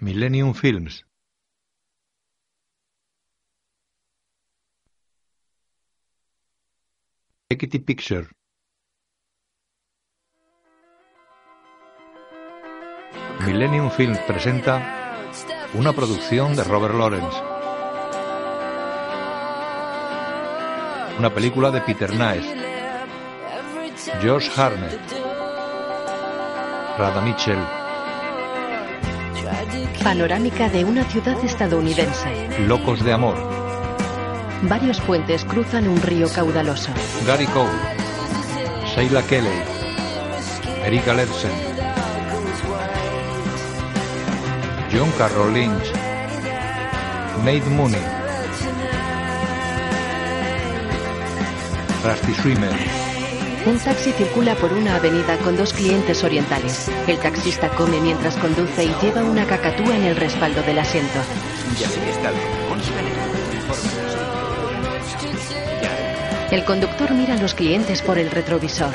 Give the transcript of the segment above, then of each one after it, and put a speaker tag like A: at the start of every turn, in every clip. A: Millennium Films. Equity Picture. Millennium Films presenta una producción de Robert Lawrence. Una película de Peter Naes, George Harnett, Rada Mitchell,
B: Panorámica de una ciudad estadounidense.
A: Locos de Amor,
B: Varios puentes cruzan un río caudaloso.
A: Gary Cole, Sheila Kelly, Erika Ledsen, John Carroll Lynch, Nate Mooney, Rusty Swimmer,
B: Un taxi circula por una avenida con dos clientes orientales. El taxista come mientras conduce y lleva una cacatúa en el respaldo del asiento.
C: Ya sé que está bien.
B: El conductor mira a los clientes por el retrovisor.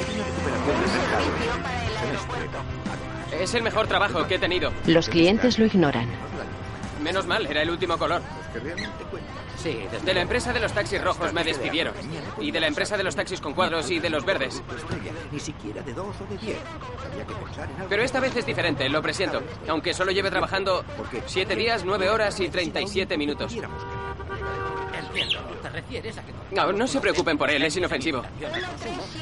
D: Es el mejor trabajo que he tenido.
B: Los clientes lo ignoran.
D: Menos mal, era el último color. Sí, de la empresa de los taxis rojos me despidieron. Y de la empresa de los taxis con cuadros y de los verdes.
C: Ni siquiera de dos o de diez. Había que pensar en algo.
D: Pero esta vez es diferente, lo presiento. Aunque solo lleve trabajando 7 días, 9 horas y 37 minutos.
E: Entiendo, te refieres a que con-
D: No, no se preocupen por él, es inofensivo.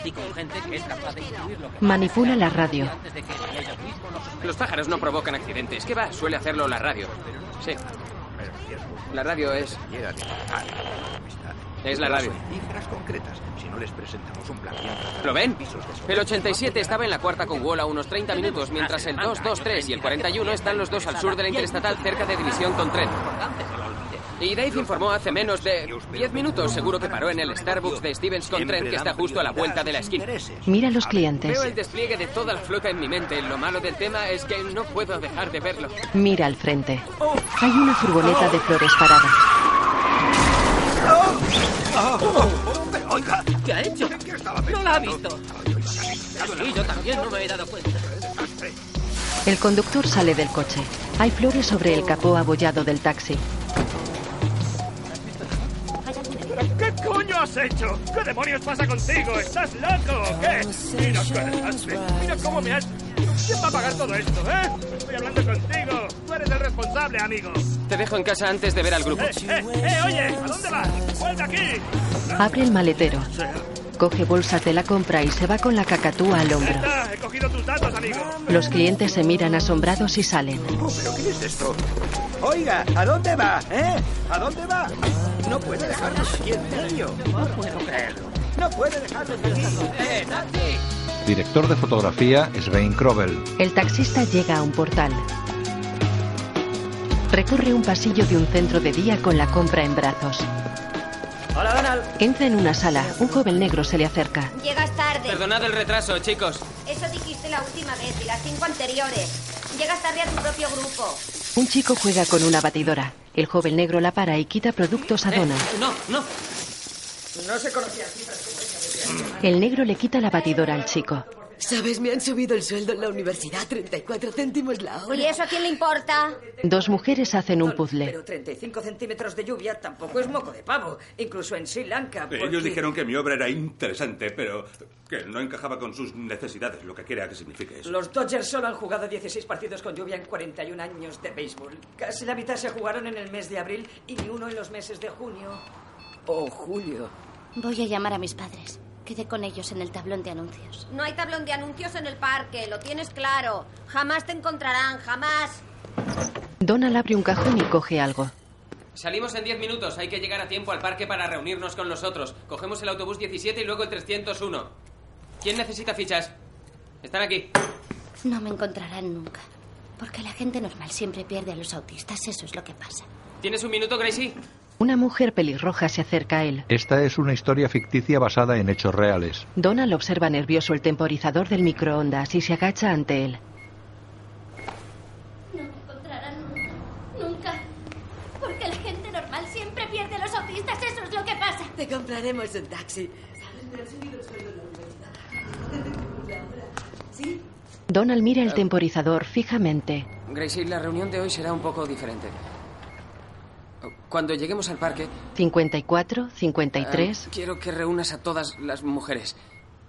E: y con gente que es capaz de incluir lo que
B: Manipula la radio.
E: antes de que ni ellos mismos lo sospechen.
D: Los pájaros no provocan accidentes. ¿Qué va? Suele hacerlo la radio. Sí. La radio es...
C: Llévate. Ah, no está.
D: Es la
C: Pero
D: radio.
C: son Cifras concretas. Si no les presentamos un plan bien trazado,
D: ¿Lo ven?
C: pisos de
D: El 87 estaba en la cuarta con Wall a unos 30 minutos, mientras el 223 y el 41 están los dos al sur de la interestatal cerca de División con tren. Y Dave informó hace menos de 10 minutos, seguro que paró en el Starbucks de Stevens con tren, que está justo a la vuelta de la esquina.
C: intereses.
B: Mira a los
D: Veo
B: clientes.
D: el despliegue de toda la flota en mi mente. Lo malo del tema es que no puedo dejar de verlo.
B: Mira al frente. Hay una furgoneta de flores parada.
E: ¿Qué ha hecho? No la ha visto. Sí, yo también no me he dado cuenta.
B: El conductor sale del coche. Hay flores sobre el capó abollado del taxi.
F: ¿Qué coño has hecho? ¿Qué demonios pasa contigo? ¿Estás loco o qué? Mira, corazón, mira cómo me has... ¿Quién va a pagar todo esto, eh? Estoy hablando contigo. Tú eres el responsable, amigo.
D: Te dejo en casa antes de ver al grupo.
F: Eh, eh, eh, oye, ¿a dónde vas? ¡Vuelve aquí!
B: Abre el maletero. Coge bolsas de la compra y se va con la cacatúa al hombro.
F: Está, he cogido tus datos, amigo.
B: Los clientes se miran asombrados y salen.
C: Oh, ¿Pero qué es esto? Oiga, ¿a dónde va? ¿Eh? ¿A dónde va? No puede dejarnos aquí en medio. No puedo creerlo. No puede dejarnos aquí. Eh,
A: director de fotografía Svein Krobel,
B: El taxista llega a un portal. Recorre un pasillo de un centro de día con la compra en brazos.
D: Hola, Donald.
B: Entra en una sala. Un joven negro se le acerca.
G: Llegas tarde.
D: Perdonad el retraso, chicos.
G: Eso dijiste la última vez y las cinco anteriores. Llegas tarde a tu propio grupo.
B: Un chico juega con una batidora. El joven negro la para y quita productos a
E: Eh,
B: Donald.
E: no, no.
B: El negro le quita la batidora al chico.
H: ¿Sabes? Me han subido el sueldo en la universidad. 34 céntimos la hora.
G: ¿Y eso a quién le importa?
B: Dos mujeres hacen un puzzle.
H: Pero 35 centímetros de lluvia tampoco es moco de pavo. Incluso en Sri Lanka. porque-
I: Ellos dijeron que mi obra era interesante, pero que no encajaba con sus necesidades, lo que quiera que signifique eso.
H: Los Dodgers solo han jugado 16 partidos con lluvia en 41 años de béisbol. Casi la mitad se jugaron en el mes de abril y ni uno en los meses de junio. O julio.
J: Voy a llamar a mis padres. Quedé con ellos en el tablón de anuncios.
G: No hay tablón de anuncios en el parque, lo tienes claro. Jamás te encontrarán, jamás.
B: Donald abre un cajón y coge algo.
D: Salimos en 10 minutos. Hay que llegar a tiempo al parque para reunirnos con los otros. Cogemos el autobús 17 y luego el 301. ¿Quién necesita fichas? Están aquí.
J: No me encontrarán nunca. Porque la gente normal siempre pierde a los autistas, eso es lo que pasa.
D: ¿Tienes un minuto, Gracie?
B: Una mujer pelirroja se acerca a él.
A: Esta es una historia ficticia basada en hechos reales.
B: Donald observa nervioso el temporizador del microondas y se agacha ante él.
J: No me encontrarán nunca. Nunca. Porque la gente normal siempre pierde a los autistas, eso es lo que pasa.
H: Te compraremos un taxi.
D: Ah.
B: Donald mira el temporizador fijamente.
D: Gracie, la reunión de hoy será un poco diferente. Cuando lleguemos al parque,
B: 54, 53.
D: eh, quiero que reúnas a todas las mujeres.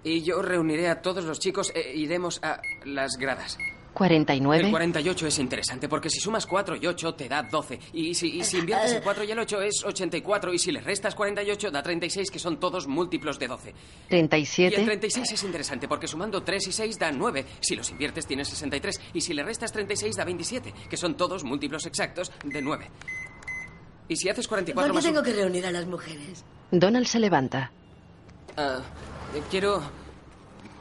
D: Y yo reuniré a todos los chicos e iremos a las gradas. Ah. El
B: 49.
D: 48 es interesante porque si sumas 4 y 8 te da 12. Y si, y si inviertes el 4 y el 8 es 84. Y si le restas 48 da 36, que son todos múltiplos de 12. Y el
B: 37.
D: 36 es interesante porque sumando 3 y 6 da 9. Si los inviertes tienes 63. Y si le restas 36 da 27, que son todos múltiplos exactos de 9. Y si haces 44
K: ¿Por qué
D: más un-
K: tengo que reunir a las mujeres?
B: Donald se levanta.
D: Ah, eh, quiero.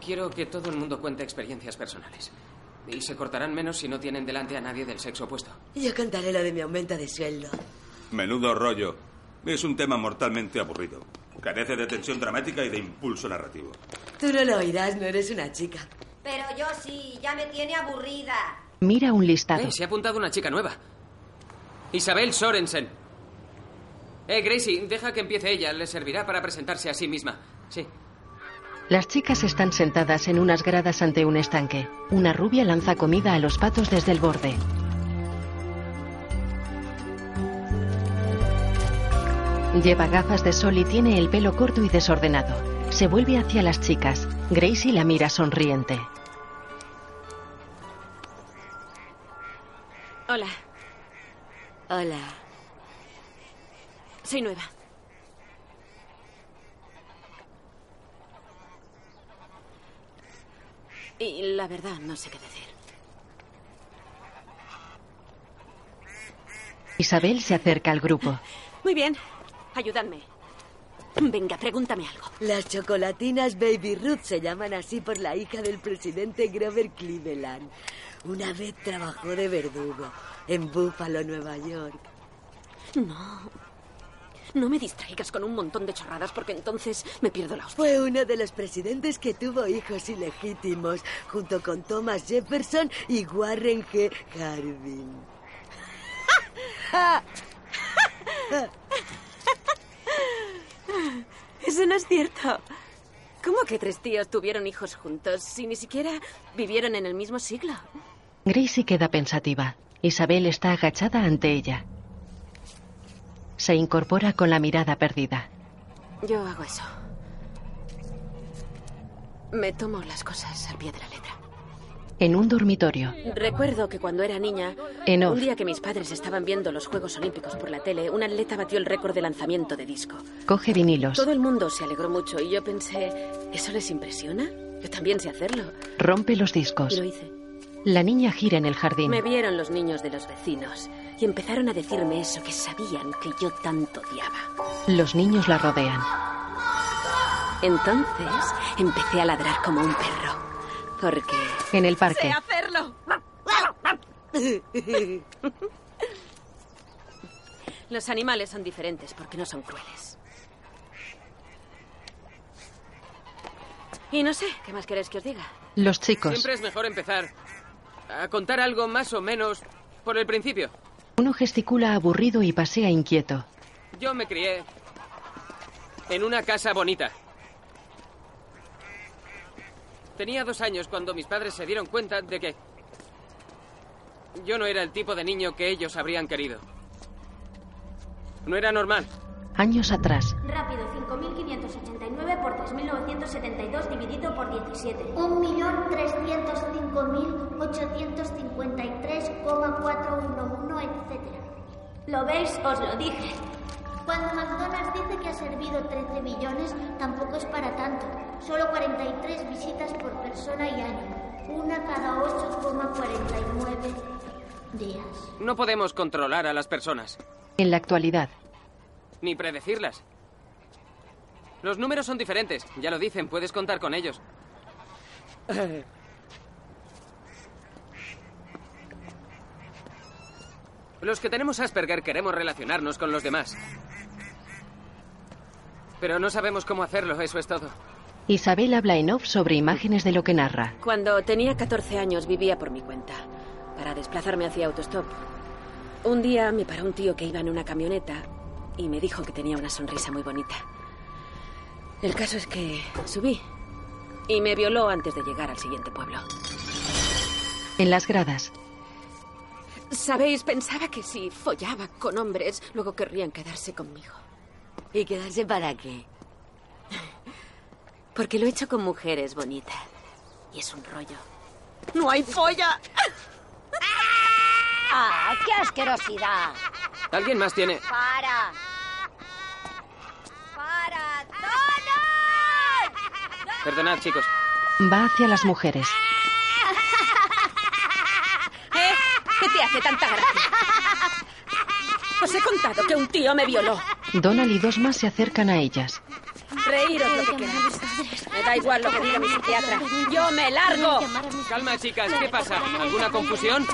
D: Quiero que todo el mundo cuente experiencias personales. Y se cortarán menos si no tienen delante a nadie del sexo opuesto.
K: Yo contaré lo de mi aumento de sueldo.
I: Menudo rollo. Es un tema mortalmente aburrido. Carece de tensión dramática y de impulso narrativo.
K: Tú no lo oirás, no eres una chica.
G: Pero yo sí, ya me tiene aburrida.
B: Mira un listado.
D: Eh, se ha apuntado una chica nueva. Isabel Sorensen. Eh, Gracie, deja que empiece ella. Le servirá para presentarse a sí misma. Sí.
B: Las chicas están sentadas en unas gradas ante un estanque. Una rubia lanza comida a los patos desde el borde. Lleva gafas de sol y tiene el pelo corto y desordenado. Se vuelve hacia las chicas. Gracie la mira sonriente.
L: Hola,
K: Hola.
L: soy nueva. Y la verdad, no sé qué decir.
B: Isabel se acerca al grupo.
L: Muy bien, ayudadme. Venga, pregúntame algo.
K: Las chocolatinas Baby Ruth se llaman así por la hija del presidente Grover Cleveland. Una vez trabajó de verdugo en Búfalo, Nueva York.
L: No. No me distraigas con un montón de chorradas porque entonces me pierdo la hostia.
K: Fue uno de los presidentes que tuvo hijos ilegítimos, junto con Thomas Jefferson y Warren G. Harding.
L: Eso no es cierto. ¿Cómo que tres tíos tuvieron hijos juntos si ni siquiera vivieron en el mismo siglo?
B: Gracie queda pensativa. Isabel está agachada ante ella. Se incorpora con la mirada perdida.
L: Yo hago eso. Me tomo las cosas al pie de la letra.
B: En un dormitorio.
L: Recuerdo que cuando era niña,
B: En off.
L: un día que mis padres estaban viendo los Juegos Olímpicos por la tele, un atleta batió el récord de lanzamiento de disco.
B: Coge vinilos.
L: Todo el mundo se alegró mucho y yo pensé, ¿eso les impresiona? Yo también sé hacerlo.
B: Rompe los discos.
L: Y lo hice.
B: La niña gira en el jardín.
L: Me vieron los niños de los vecinos y empezaron a decirme eso que sabían que yo tanto odiaba.
B: Los niños la rodean.
L: Entonces empecé a ladrar como un perro. Porque...
B: En el parque.
L: hacerlo! Los animales son diferentes porque no son crueles. Y no sé, ¿qué más queréis que os diga?
B: Los chicos.
D: Siempre es mejor empezar a contar algo más o menos por el principio.
B: Uno gesticula aburrido y pasea inquieto.
D: Yo me crié en una casa bonita. Tenía dos años cuando mis padres se dieron cuenta de que yo no era el tipo de niño que ellos habrían querido. No era normal.
B: Años atrás.
J: Rápido, 5.589 por 3.972 dividido por 17. 1.305.853,411, etc. ¿Lo veis? Os lo dije. Cuando McDonald's dice que ha servido 13 millones, tampoco es para tanto. Solo 43 visitas por persona y año. Una cada 8,49 días.
D: No podemos controlar a las personas,
B: En la actualidad.
D: ni predecirlas. Los números son diferentes, ya lo dicen, puedes contar con ellos. Los que tenemos Asperger queremos relacionarnos con los demás. Pero no sabemos cómo hacerlo, eso es todo.
B: Isabel habla en off sobre imágenes de lo que narra.
L: Cuando tenía 14 años vivía por mi cuenta, para desplazarme hacia autostop. Un día me paró un tío que iba en una camioneta y me dijo que tenía una sonrisa muy bonita. El caso es que subí y me violó antes de llegar al siguiente pueblo.
B: En las gradas.
L: Sabéis, pensaba que si follaba con hombres, luego querrían quedarse conmigo.
K: ¿Y quedarse para qué?
L: Porque lo he hecho con mujeres, bonita. Y es un rollo. ¡No hay folla!
M: ¡Ah, qué asquerosidad!
D: ¿Alguien más tiene?
M: ¡Para! ¡Para! ¡Donald!
D: Perdonad, chicos.
B: Va hacia las mujeres.
L: ¿Eh? ¿Qué te hace tanta gracia? Os he contado que un tío me violó.
B: Donald y dos más se acercan a ellas.
L: Reíros lo que queráis. Me da igual lo que diga mi psiquiatra. ¡Yo me largo!
D: Calma, chicas, ¿qué pasa? ¿Alguna confusión?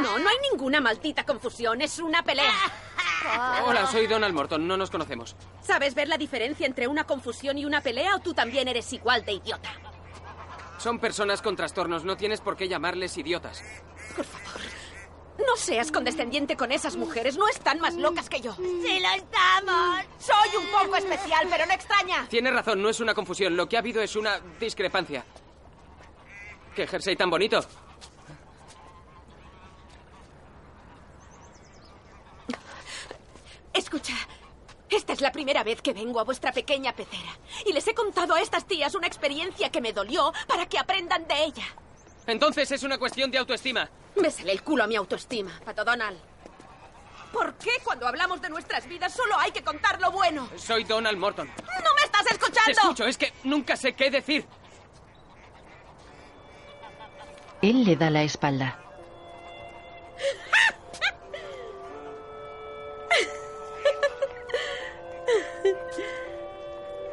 L: No, no hay ninguna maldita confusión. Es una pelea.
D: Hola, soy Donald Morton, no nos conocemos.
L: ¿Sabes ver la diferencia entre una confusión y una pelea o tú también eres igual de idiota?
D: Son personas con trastornos, no tienes por qué llamarles idiotas.
L: No seas condescendiente con esas mujeres, no están más locas que yo.
M: ¡Sí lo estamos!
L: Soy un poco especial, pero no extraña.
D: Tienes razón, no es una confusión, lo que ha habido es una discrepancia. ¿Qué jersey tan bonito?
L: Escucha, esta es la primera vez que vengo a vuestra pequeña pecera y les he contado a estas tías una experiencia que me dolió para que aprendan de ella.
D: Entonces es una cuestión de autoestima.
L: Bésale el culo a mi autoestima, Pato Donald. ¿Por qué cuando hablamos de nuestras vidas solo hay que contar lo bueno?
D: Soy Donald Morton.
L: ¡No me estás escuchando!
D: Te escucho, es que nunca sé qué decir.
B: Él le da la espalda.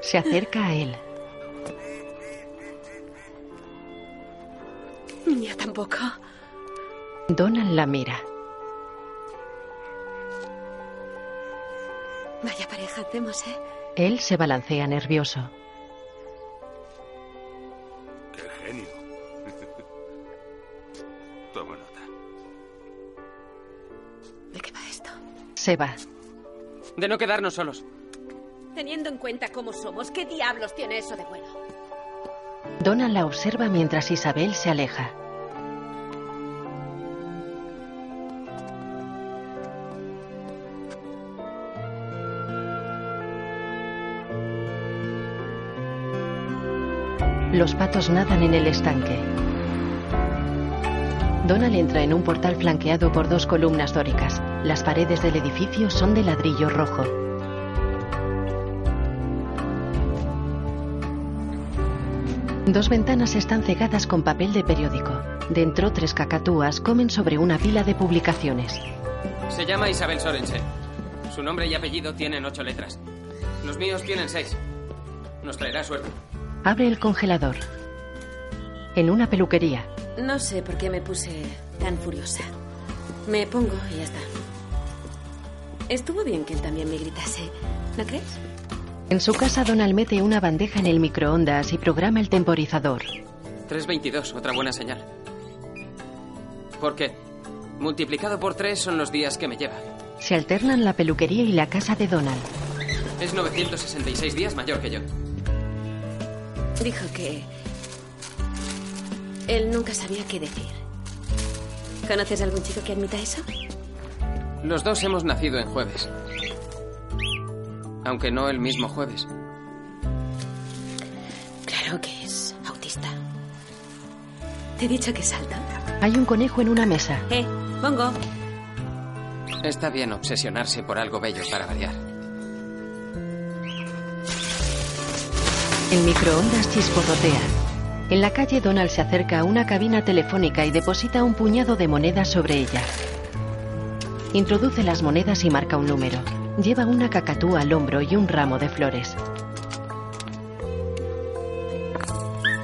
B: Se acerca a él.
L: Mía tampoco.
B: Donald la mira.
L: Vaya pareja hacemos, ¿eh?
B: Él se balancea nervioso.
I: ¡Qué genio! Toma nota.
L: ¿De qué va esto?
B: Se va.
D: De no quedarnos solos.
L: Teniendo en cuenta cómo somos, ¿qué diablos tiene eso de bueno?
B: Donald la observa mientras Isabel se aleja. Los patos nadan en el estanque. Donald entra en un portal flanqueado por dos columnas dóricas. Las paredes del edificio son de ladrillo rojo. Dos ventanas están cegadas con papel de periódico. Dentro, tres cacatúas comen sobre una pila de publicaciones.
D: Se llama Isabel Sorensen. Su nombre y apellido tienen ocho letras. Los míos tienen seis. Nos traerá suerte.
B: Abre el congelador. En una peluquería,
L: No sé por qué me puse tan furiosa. Me pongo y ya está. Estuvo bien que él también me gritase, ¿no crees?
B: en su casa Donald mete una bandeja en el microondas y programa el temporizador.
D: 322, otra buena señal. Porque multiplicado por 3 son los días que me lleva.
B: Se alternan la peluquería y la casa de Donald.
D: Es 966 días mayor que yo.
L: Dijo que... Él nunca sabía qué decir. ¿Conoces algún chico que admita eso?
D: Los dos hemos nacido en jueves. Aunque no el mismo jueves.
L: Claro que es autista. Te he dicho que salta.
B: Hay un conejo en una mesa.
L: Eh, Bongo,
D: Está bien obsesionarse por algo bello para variar.
B: El microondas chisporrotea. En la calle Donald se acerca a una cabina telefónica y deposita un puñado de monedas sobre ella. Introduce las monedas y marca un número. Lleva una cacatúa al hombro y un ramo de flores.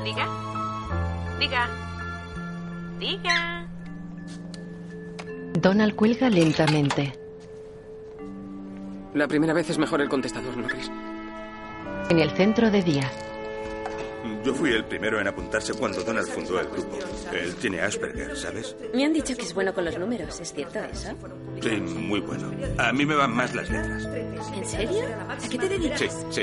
N: Diga. Diga. Diga.
B: Donald cuelga lentamente.
D: La primera vez es mejor el contestador, ¿no crees?
B: En el centro de día,
I: Yo fui el primero en apuntarse cuando Donald fundó el grupo. Él tiene Asperger, ¿sabes?
L: Me han dicho que es bueno con los números, ¿es cierto eso?
I: Sí, muy bueno. A mí me van más las letras.
L: ¿En serio? ¿A qué te dedicas?
I: Sí, sí.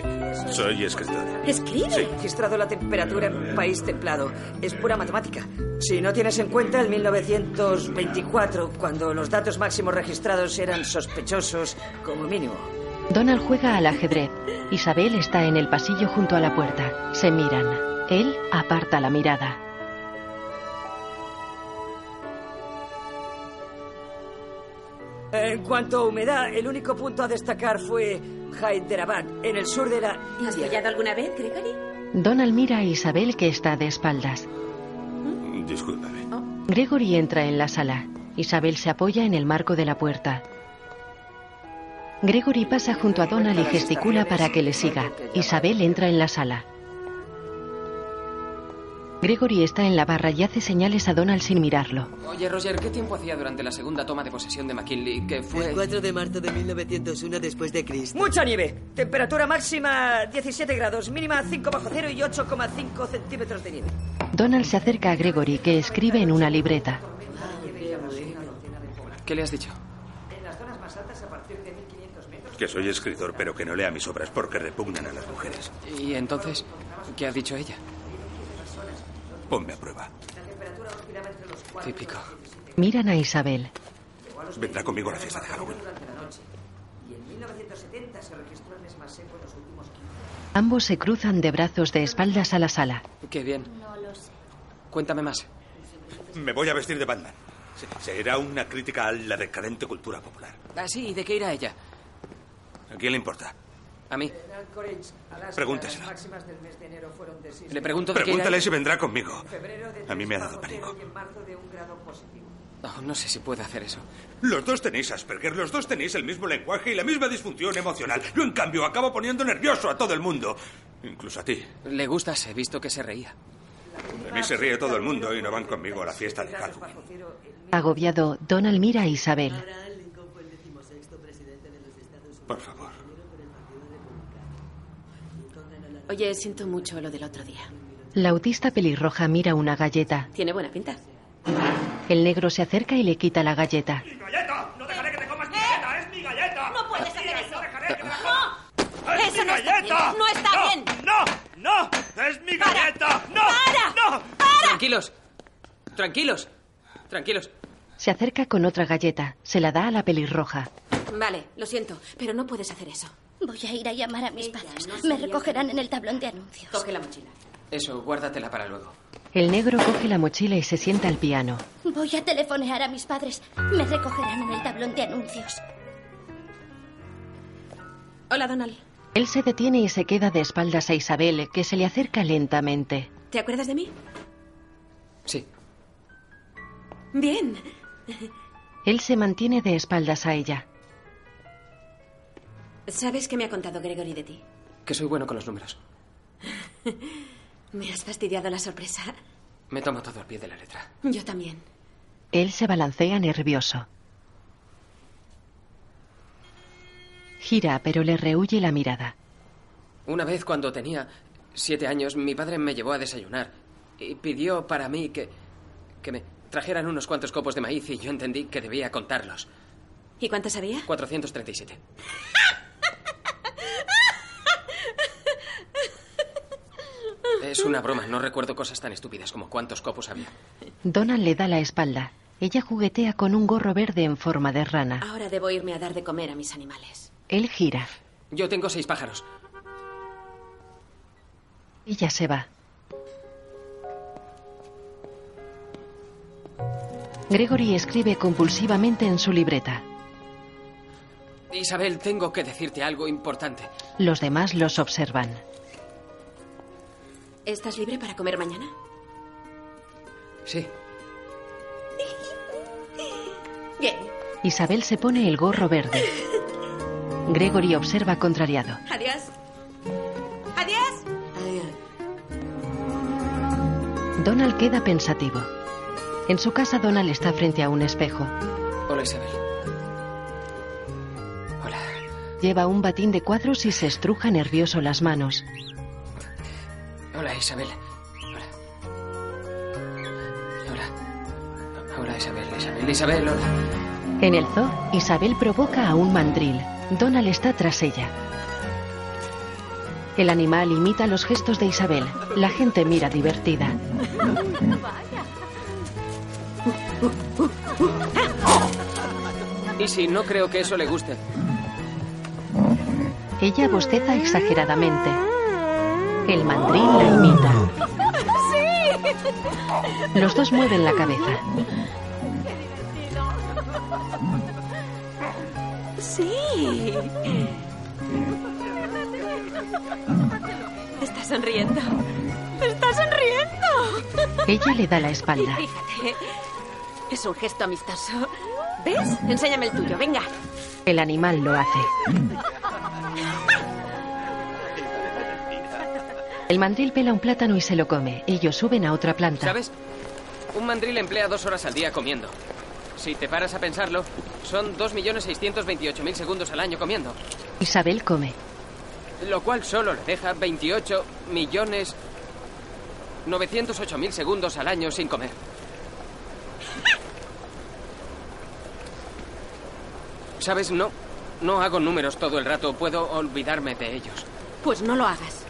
I: Soy escritor.
L: Escribe.
H: He registrado la temperatura en país templado. Es pura matemática. Si no tienes en cuenta el 1924, cuando los datos máximos registrados eran sospechosos, como mínimo.
B: Donald juega al ajedrez. Isabel está en el pasillo junto a la puerta. Se miran. Él aparta la mirada.
H: En cuanto a humedad, el único punto a destacar fue Hyderabad, en el sur de la
L: ¿Has
H: India.
L: pillado alguna vez, Gregory?
B: Donald mira a Isabel que está de espaldas.
I: Discúlpame.
B: Gregory entra en la sala. Isabel se apoya en el marco de la puerta. Gregory pasa junto a Donald y gesticula para que le siga. Isabel entra en la sala. Gregory está en la barra y hace señales a Donald sin mirarlo.
D: Oye, Roger, ¿qué tiempo hacía durante la segunda toma de posesión de McKinley? Que fue...
K: El 4 de marzo de 1901 después de Cristo.
H: Mucha nieve. Temperatura máxima 17 grados, mínima 5 bajo cero y 8,5 centímetros de nieve.
B: Donald se acerca a Gregory que escribe en una libreta.
D: ¿Qué le has dicho?
H: En las zonas más altas a partir de 1500 metros.
I: Que soy escritor, pero que no lea mis obras porque repugnan a las mujeres.
D: ¿Y entonces qué ha dicho ella?
I: Ponme a prueba.
D: Típico.
B: Miran a Isabel.
I: Vendrá conmigo a la fiesta de Halloween.
H: Durante la noche. Y en 1970 se registró el mes más seco en los últimos 15
B: Ambos se cruzan de brazos de espaldas a la sala.
D: Qué bien. Cuéntame más.
I: Me voy a vestir de Batman. Se- Será una crítica a la decadente cultura popular.
D: Ah, sí, ¿y de qué irá ella?
I: ¿A quién le importa?
D: A mí.
I: Pregúntaselo.
H: máximas del mes de enero fueron de 6
D: Le pregunto de qué irá
I: Pregúntale
D: ella.
I: si vendrá conmigo.
H: febrero de
I: A mí me ha dado
H: pánico. y en marzo de un grado positivo.
D: Oh, no sé si puede hacer eso.
I: Los dos tenéis Asperger, los dos tenéis el mismo lenguaje y la misma disfunción emocional. Yo, en cambio, acabo poniendo nervioso a todo el mundo. Incluso a ti.
D: Le gustas, he visto que se reía.
I: De mí se ríe todo el mundo y no van conmigo a la fiesta de Halloween.
B: Agobiado, Donald mira a Isabel.
I: Por favor.
L: Oye, siento mucho lo del otro día.
B: La autista pelirroja mira una galleta.
L: Tiene buena pinta.
B: El negro se acerca y le quita la galleta.
L: ¿Eh?
M: ¡No puedes hacer eso!
F: ¡Es
M: ¡Eso
F: mi
M: no está
F: galleta!
M: bien! ¡No está
F: ¡No!
M: bien!
F: ¡No! ¡No! ¡Es mi galleta! ¡No! ¡No!
D: Tranquilos. Tranquilos. Tranquilos.
B: Se acerca con otra galleta. Se la da a la pelirroja.
L: Vale, lo siento, pero no puedes hacer eso.
O: Voy a ir a llamar a mis padres. Me recogerán en el tablón de anuncios.
L: Coge la mochila.
D: Eso, guárdatela para luego.
B: El negro coge la mochila y se sienta al piano.
O: Voy a telefonear a mis padres. Me recogerán en el tablón de anuncios.
L: Hola, Donald.
B: Él se detiene y se queda de espaldas a Isabel, que se le acerca lentamente.
L: ¿Te acuerdas de mí?
D: Sí.
L: Bien.
B: Él se mantiene de espaldas a ella.
L: ¿Sabes qué me ha contado Gregory de ti?
D: Que soy bueno con los números.
L: Me has fastidiado la sorpresa.
D: Me tomo todo al pie de la letra.
L: Yo también.
B: Él se balancea nervioso. Gira, pero le rehuye la mirada.
D: Una vez cuando tenía siete años, mi padre me llevó a desayunar y pidió para mí que, que me trajeran unos cuantos copos de maíz y yo entendí que debía contarlos.
L: ¿Y cuántos había?
D: 437. Es una broma, no recuerdo cosas tan estúpidas como cuántos copos había.
B: Donald le da la espalda. Ella juguetea con un gorro verde en forma de rana.
L: Ahora debo irme a dar de comer a mis animales.
B: Él gira.
D: Yo tengo seis pájaros.
B: Ella se va. Gregory escribe compulsivamente en su libreta.
D: Isabel, tengo que decirte algo importante.
B: Los demás los observan.
L: ¿Estás libre para comer mañana?
D: Sí.
L: Bien.
B: Isabel se pone el gorro verde. Gregory observa contrariado.
L: Adiós. Adiós.
B: Donald queda pensativo. En su casa, Donald está frente a un espejo.
D: Hola, Isabel.
B: Lleva un batín de cuadros y se estruja nervioso las manos.
D: Hola, Isabel. Isabel. Lola. Lola. Hola, Isabel, Isabel, Isabel, Lola.
B: En el zoo, Isabel provoca a un mandril. Donald está tras ella. El animal imita los gestos de Isabel. La gente mira divertida.
D: Y si no creo que eso le guste.
B: Ella bosteza exageradamente. El mandril la imita.
E: ¡Sí!
B: Los dos mueven la cabeza.
L: Sí. Está sonriendo. Está sonriendo.
B: Ella le da la espalda.
L: Y fíjate. Es un gesto amistoso. ¿Ves? Enséñame el tuyo, venga.
B: El animal lo hace. El mandril pela un plátano y se lo come. Ellos suben a otra planta.
D: ¿Sabes? Un mandril emplea dos horas al día comiendo. Si te paras a pensarlo, son 2.628.000 segundos al año comiendo.
B: Isabel come.
D: Lo cual solo le deja 28 millones 908 mil segundos al año sin comer. ¿Sabes? No, no hago números todo el rato. Puedo olvidarme de ellos.
L: Pues no lo hagas.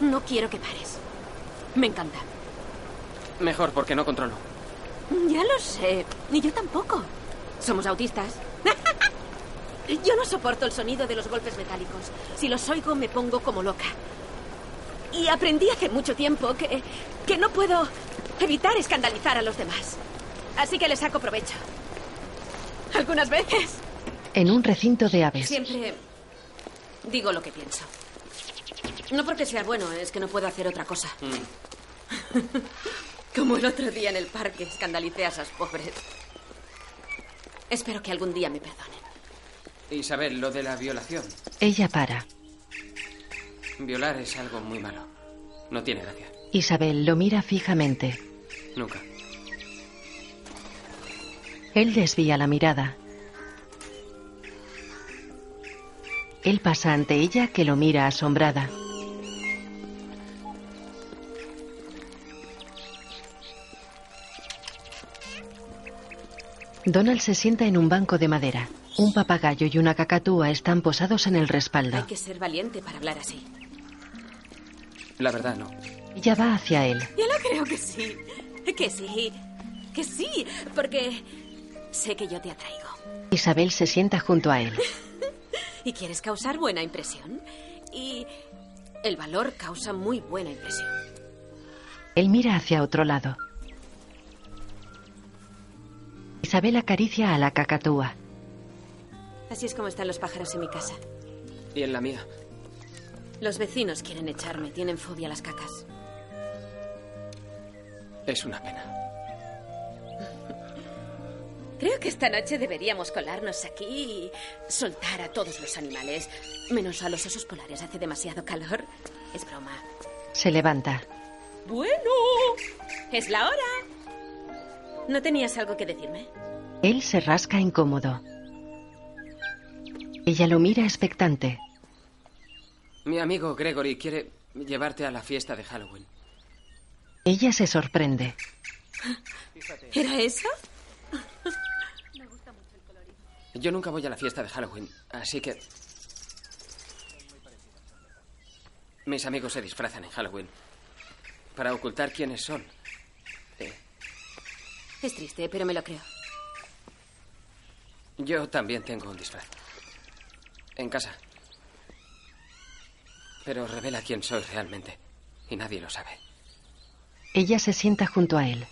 L: No quiero que pares. Me encanta.
D: Mejor porque no controlo.
L: Ya lo sé. Ni yo tampoco. Somos autistas. Yo no soporto el sonido de los golpes metálicos. Si los oigo me pongo como loca. Y aprendí hace mucho tiempo que, que no puedo evitar escandalizar a los demás. Así que le saco provecho. Algunas veces.
B: En un recinto de aves.
L: Siempre digo lo que pienso. No porque sea bueno, es que no puedo hacer otra cosa. Como el otro día en el parque escandalicé a esas pobres. Espero que algún día me perdonen.
D: Isabel, lo de la violación.
B: Ella para.
D: Violar es algo muy malo. No tiene gracia.
B: Isabel lo mira fijamente.
D: Nunca.
B: Él desvía la mirada. Él pasa ante ella que lo mira asombrada. Donald se sienta en un banco de madera. Un papagayo y una cacatúa están posados en el respaldo.
L: Hay que ser valiente para hablar así.
D: La verdad, no.
B: Ella va hacia él.
L: Yo lo creo que sí. Que sí. Que sí. Porque sé que yo te atraigo.
B: Isabel se sienta junto a él.
L: y quieres causar buena impresión. Y el valor causa muy buena impresión.
B: Él mira hacia otro lado. Isabel acaricia a la cacatúa.
L: Así es como están los pájaros en mi casa.
D: Y en la mía.
L: Los vecinos quieren echarme, tienen fobia a las cacas.
D: Es una pena.
L: Creo que esta noche deberíamos colarnos aquí y soltar a todos los animales, menos a los osos polares. Hace demasiado calor. Es broma.
B: Se levanta.
L: Bueno, es la hora. ¿No tenías algo que decirme?
B: Él se rasca incómodo. Ella lo mira expectante.
D: Mi amigo Gregory quiere llevarte a la fiesta de Halloween.
B: Ella se sorprende.
L: ¿Era eso?
D: Yo nunca voy a la fiesta de Halloween, así que... Mis amigos se disfrazan en Halloween para ocultar quiénes son. Eh,
L: Es triste, pero me lo creo.
D: yo también tengo un disfraz. En casa. Pero revela quién soy realmente. Y nadie lo sabe.
B: Ella se sienta junto a él.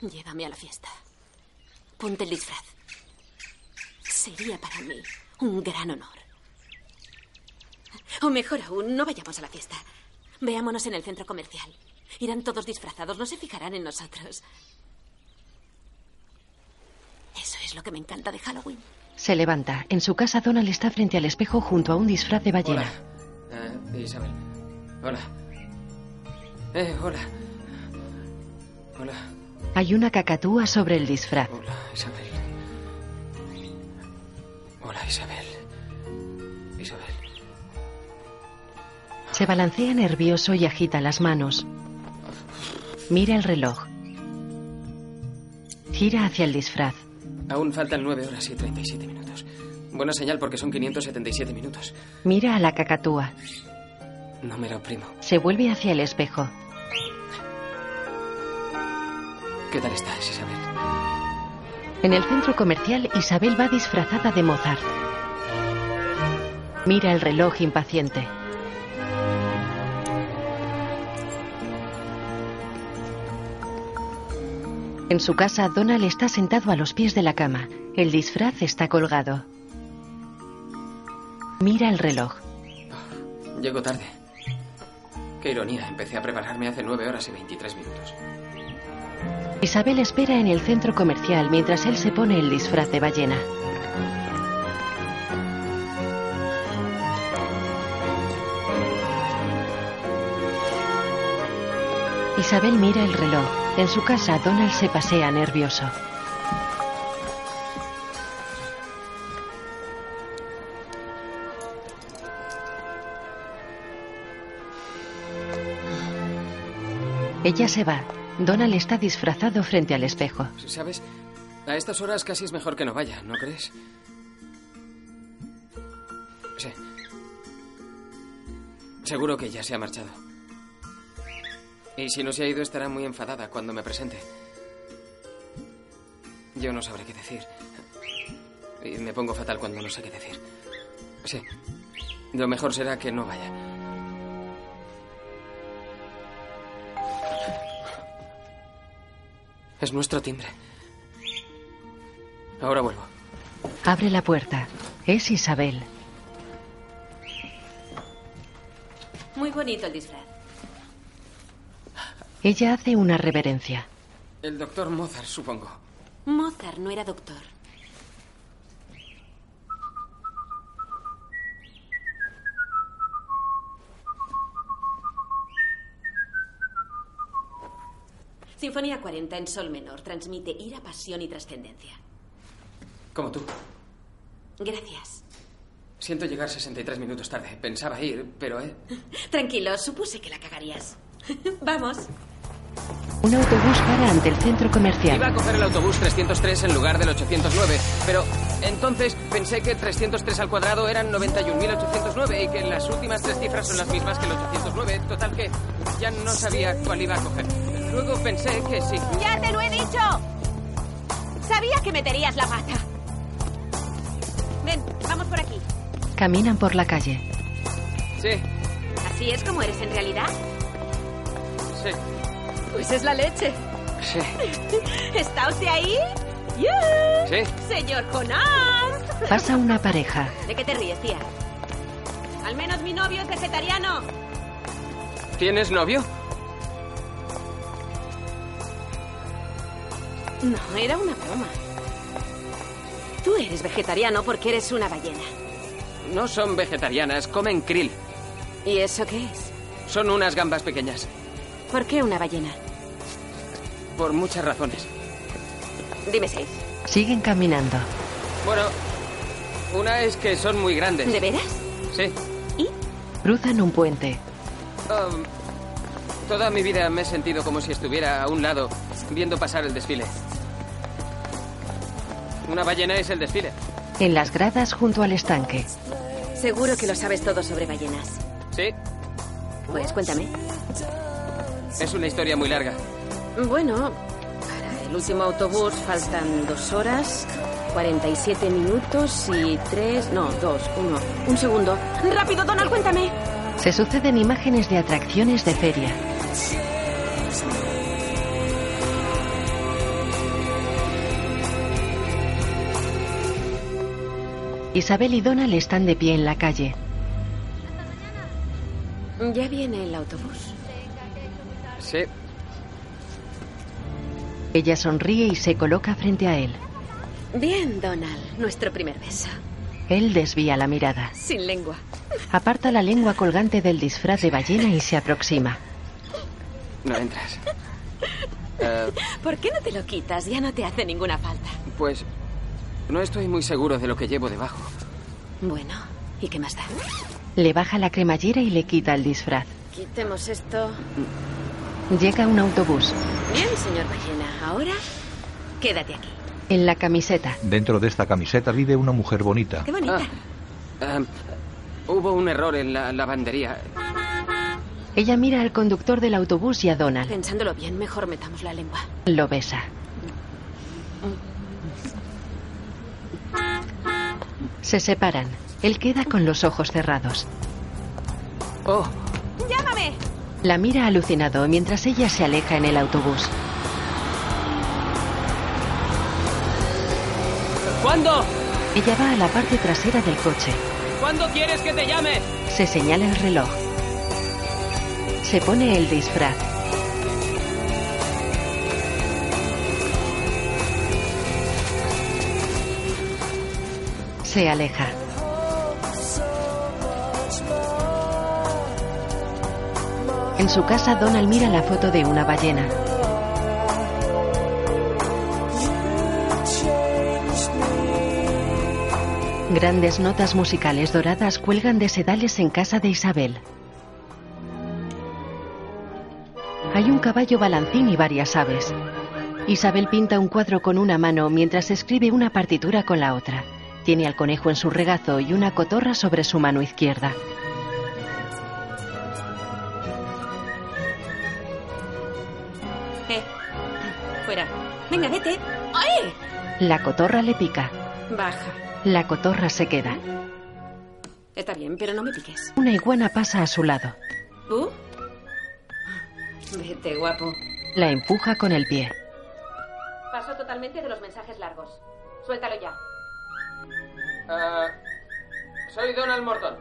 L: Llévame a la fiesta. Ponte el disfraz. Sería para mí un gran honor. O mejor aún, no vayamos a la fiesta. Veámonos en el centro comercial. Irán todos disfrazados, no se fijarán en nosotros. Eso es lo que me encanta de Halloween.
B: Se levanta. En su casa, Donald está frente al espejo junto a un disfraz de ballena.
D: Eh, Isabel. Hola. Eh, hola. Hola,
B: Hay una cacatúa sobre el disfraz.
D: Isabel. Hola, Isabel. Isabel.
B: Se balancea nervioso y agita las manos. Mira el reloj. Gira hacia el disfraz.
D: Aún faltan 9 horas y 37 minutos. Buena señal porque son 577 minutos.
B: Mira a la cacatúa.
D: No me lo primo.
B: Se vuelve hacia el espejo.
D: ¿Qué tal estás, Isabel?
B: En el centro comercial, Isabel va disfrazada de Mozart. Mira el reloj impaciente. En su casa, Donald está sentado a los pies de la cama. El disfraz está colgado. Mira el reloj.
D: Llego tarde. Qué ironía, empecé a prepararme hace 9 horas y 23 minutos.
B: Isabel espera en el centro comercial mientras él se pone el disfraz de ballena. Isabel mira el reloj. En su casa, Donald se pasea nervioso. Ella se va. Donald está disfrazado frente al espejo.
D: ¿Sabes? A estas horas casi es mejor que no vaya, ¿no crees? Sí. Seguro que ya se ha marchado. Y si no se ha ido estará muy enfadada cuando me presente. Yo no sabré qué decir. Y me pongo fatal cuando no sé qué decir. Sí. Lo mejor será que no vaya. Es nuestro timbre. Ahora vuelvo.
B: Abre la puerta. Es Isabel.
L: Muy bonito el disfraz.
B: Ella hace una reverencia.
D: El doctor Mozart, supongo.
L: Mozart no era doctor. Sinfonía 40 en sol menor transmite ira, pasión y trascendencia.
D: Como tú.
L: Gracias.
D: Siento llegar 63 minutos tarde. Pensaba ir, pero... eh,
L: Tranquilo, supuse que la cagarías. Vamos.
B: Un autobús para ante el centro
D: Iba a
B: comercial.
D: coger el autobús 303 en lugar del 809, pero entonces pensé que 303 al cuadrado eran 91.809 y que las últimas tres cifras son las mismas que el 809. Total que ya no sabía cuál iba a coger. Luego pensé que sí.
L: ¡Ya te lo he dicho! Sabía que meterías la pata. Ven, vamos por aquí.
B: Caminan por la calle.
D: Sí,
L: ¿Así es como eres en realidad?
D: sí,
L: Pues es la leche.
D: sí,
L: ¿Está usted ahí? ¡Yujú!
D: sí.
L: ¡Señor Jonás!
B: Pasa una pareja.
L: ¿De qué te ríes, tía? Al menos mi novio es vegetariano.
D: ¿Tienes novio?
L: No, era una broma. Tú eres vegetariano porque eres una ballena.
D: No son vegetarianas, comen krill.
L: ¿Y eso qué es?
D: Son unas gambas pequeñas,
L: ¿Por qué una ballena?
D: por muchas razones.
L: Dime seis.
B: Siguen caminando.
D: Bueno, una es que son muy grandes.
L: ¿De veras?
D: Sí.
B: Cruzan un puente.
D: Um, toda mi vida me he sentido como si estuviera a un lado, viendo pasar el desfile. Una ballena es el desfile.
B: En las gradas junto al estanque.
L: Seguro que lo sabes todo sobre ballenas.
D: Sí,
L: Pues cuéntame.
D: es una historia muy larga.
L: Bueno, para el último autobús faltan dos horas, 47 minutos y tres... No, dos, uno. Un segundo. ¡Rápido, Donald, cuéntame!
B: Se suceden imágenes de atracciones de feria. Isabel y Donald están de pie en la calle.
L: Ya viene el autobús.
D: Sí,
B: Ella sonríe y se coloca frente a él.
L: Bien, Donald, nuestro primer beso.
B: Él desvía la mirada.
L: Sin lengua.
B: Aparta la lengua colgante del disfraz de ballena y se aproxima.
D: no entras. Eh,
L: ¿Por qué no te lo quitas? Ya no te hace ninguna falta.
D: pues no estoy muy seguro de lo que llevo debajo.
L: Bueno, ¿y qué más da?
B: Le baja la cremallera y le quita el disfraz.
L: Quitemos esto.
B: Llega un autobús.
L: Bien, señor Ballena. Ahora, quédate aquí.
B: En la camiseta.
A: Dentro de esta camiseta vive una mujer bonita.
L: Qué bonita.
D: Ah, hubo un error en la lavandería.
B: Ella mira al conductor del autobús y a Donald.
L: Pensándolo bien, mejor metamos la lengua.
B: Lo besa. Se separan. Él queda con los ojos cerrados.
D: Oh,
M: ¡Llámame!
B: La mira alucinado mientras ella se aleja en el autobús.
D: ¿cuándo?
B: Ella va a la parte trasera del coche.
D: ¿Cuándo quieres que te llame?
B: Se señala el reloj. Se pone el disfraz. Se aleja. En su casa, Donald mira la foto de una ballena. Grandes notas musicales doradas cuelgan de sedales en casa de Isabel. Hay un caballo balancín y varias aves. Isabel pinta un cuadro con una mano mientras escribe una partitura con la otra. Tiene al conejo en su regazo y una cotorra sobre su mano izquierda.
N: Eh, fuera. Venga, vete. ¡Ay!
B: La cotorra le pica.
L: Baja.
B: La cotorra se queda.
L: Está bien, pero no me piques.
B: Una iguana pasa a su lado.
L: ¿Tú? Vete, guapo.
B: La empuja con el pie.
N: Paso totalmente de los mensajes largos. Suéltalo ya.
D: Ah, soy Donald Morton.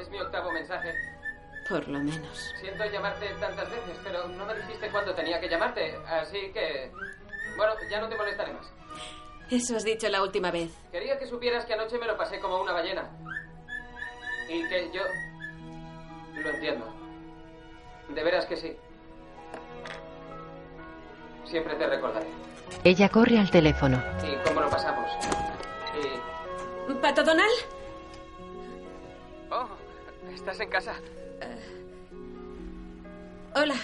D: Es mi octavo mensaje.
L: Por lo menos.
D: Siento llamarte tantas veces, pero no me dijiste cuándo tenía que llamarte, así que... Bueno, ya no te molestaré más.
L: Eso has dicho la última vez.
D: Quería que supieras que anoche me lo pasé como una ballena. Y que yo... Lo entiendo. De veras que sí. Siempre te recordaré.
B: Ella corre al teléfono.
D: Y cómo lo pasamos. Y...
L: ¿Pato Donald?
D: Oh, estás en casa.
L: Hola.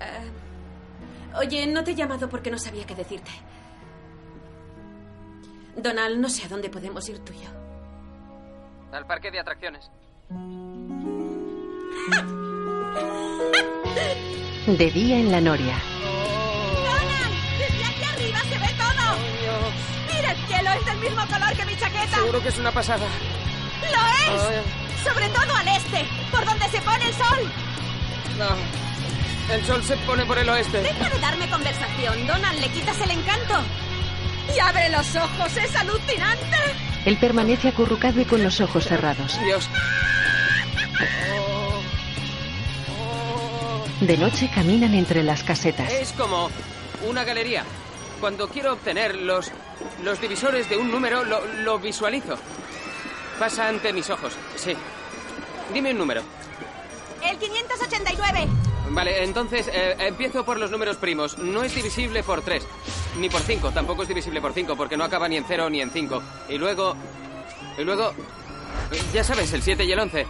L: Eh, oye, no te he llamado porque no sabía qué decirte. Donald, no sé a dónde podemos ir tú y yo.
D: Al parque de atracciones.
B: De día en la noria.
M: ¡Donald! ¡Desde aquí arriba se ve todo! ¡Mira el cielo! ¡Es del mismo color que mi chaqueta!
D: Seguro que es una pasada.
M: ¡Lo es! Sobre todo al este, por donde se pone el sol.
D: No. El sol se pone por el oeste.
M: Deja de darme conversación, Donald. Le quitas el encanto. Y abre los ojos. ¡Es alucinante!
B: Él permanece acurrucado y con los ojos cerrados.
D: Dios.
B: De noche caminan entre las casetas.
D: Es como una galería. Cuando quiero obtener los, los divisores de un número, lo, lo visualizo. Pasa ante mis ojos, sí. Dime un número.
M: El 589.
D: Vale, entonces eh, empiezo por los números primos. No es divisible por 3, ni por 5. Tampoco es divisible por 5, porque no acaba ni en 0 ni en 5. Y luego... Y luego... eh, Ya sabes, el 7 y el 11.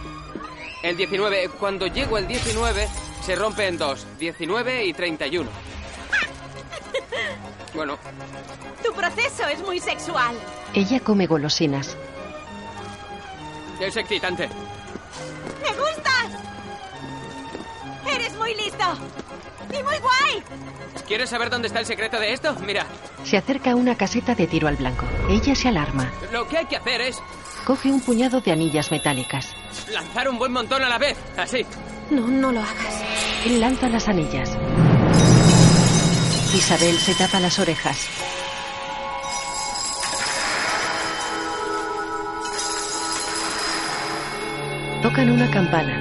D: El 19, cuando llego al 19, se rompe en dos. 19 y 31. Bueno,
M: Tu proceso es muy sexual.
B: Ella come golosinas.
D: es excitante.
M: ¡Me gustas! ¡Eres muy listo! ¡Y muy guay!
D: ¿Quieres saber dónde está el secreto de esto? Mira,
B: Se acerca a una caseta de tiro al blanco. Ella se alarma.
D: lo que hay que hacer es
B: Coge un puñado de anillas metálicas.
D: lanzar un buen montón a la vez. Así.
L: No, no lo hagas.
B: Él lanza las anillas. Isabel se tapa las orejas. Tocan una campana.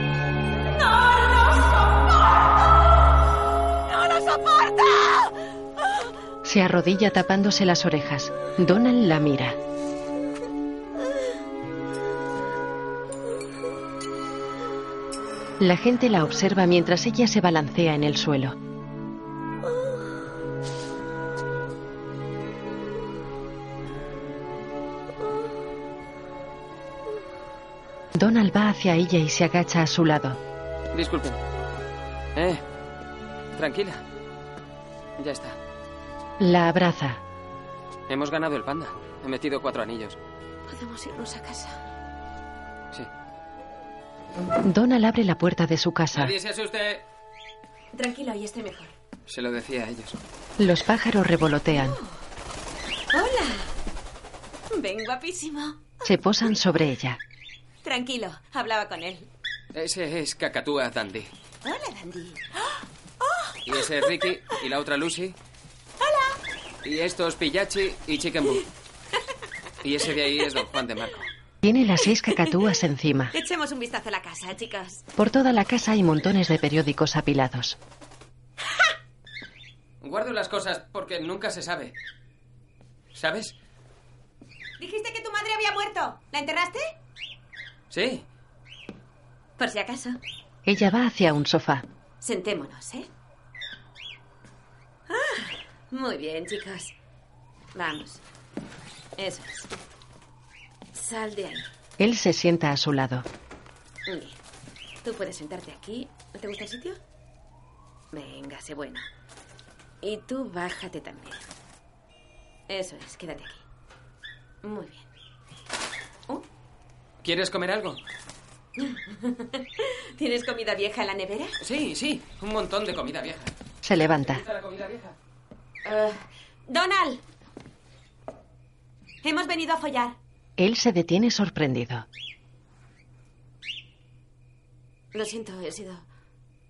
M: ¡No lo soporto!
B: Se arrodilla tapándose las orejas. Donald la mira. La gente la observa mientras ella se balancea en el suelo. Donald va hacia ella y se agacha a su lado.
D: Disculpen. Eh, tranquila. Ya está.
B: La abraza.
D: Hemos ganado el panda. He metido cuatro anillos.
L: Podemos irnos a casa.
B: Donald abre la puerta de su casa.
D: Nadie se asuste.
L: Tranquilo, y esté mejor.
D: Se lo decía a ellos.
B: Los pájaros revolotean.
L: ¡Hola! Ven, guapísimo.
B: Se posan sobre ella.
L: Tranquilo, hablaba con él.
D: Ese es Cacatúa Dandy.
L: Hola, Dandy.
D: Y ese es Ricky. Y la otra Lucy. ¡Hola! Y estos Pillachi y Chicken Boo. Y ese de ahí es Don Juan de Marco.
B: Tiene las seis cacatúas encima.
L: Echemos un vistazo a la casa, chicas.
B: Por toda la casa hay montones de periódicos apilados.
D: Guardo las cosas porque nunca se sabe. ¿Sabes?
L: Dijiste que tu madre había muerto. ¿La enterraste?
D: Sí.
L: Por si acaso.
B: Ella va hacia un sofá.
L: Sentémonos, ¿eh? Ah, muy bien, chicos. Vamos. Eso es. Sal de ahí.
B: Él se sienta a su lado.
L: Bien. Tú puedes sentarte aquí. ¿Te gusta el sitio? Venga, sé bueno. Y tú bájate también. Eso es, quédate aquí. Muy bien.
D: ¿Quieres comer algo?
L: ¿Tienes comida vieja en la nevera?
D: Sí, sí. Un montón de comida vieja.
B: Se levanta.
D: ¿Está la comida vieja?
L: Eh, Donald. Hemos venido a follar.
B: Él se detiene sorprendido.
L: Lo siento, he sido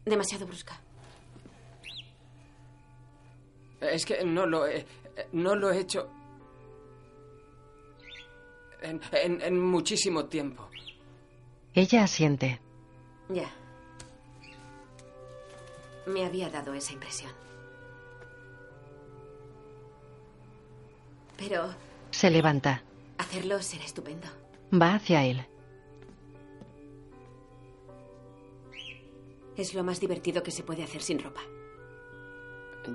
L: demasiado brusca.
D: Es que no lo he, no lo he hecho en, en- en muchísimo tiempo.
B: Ella asiente.
L: Ya. Me había dado esa impresión. Pero
B: Se levanta.
L: hacerlo será estupendo.
B: Va hacia él.
L: Es lo más divertido que se puede hacer sin ropa.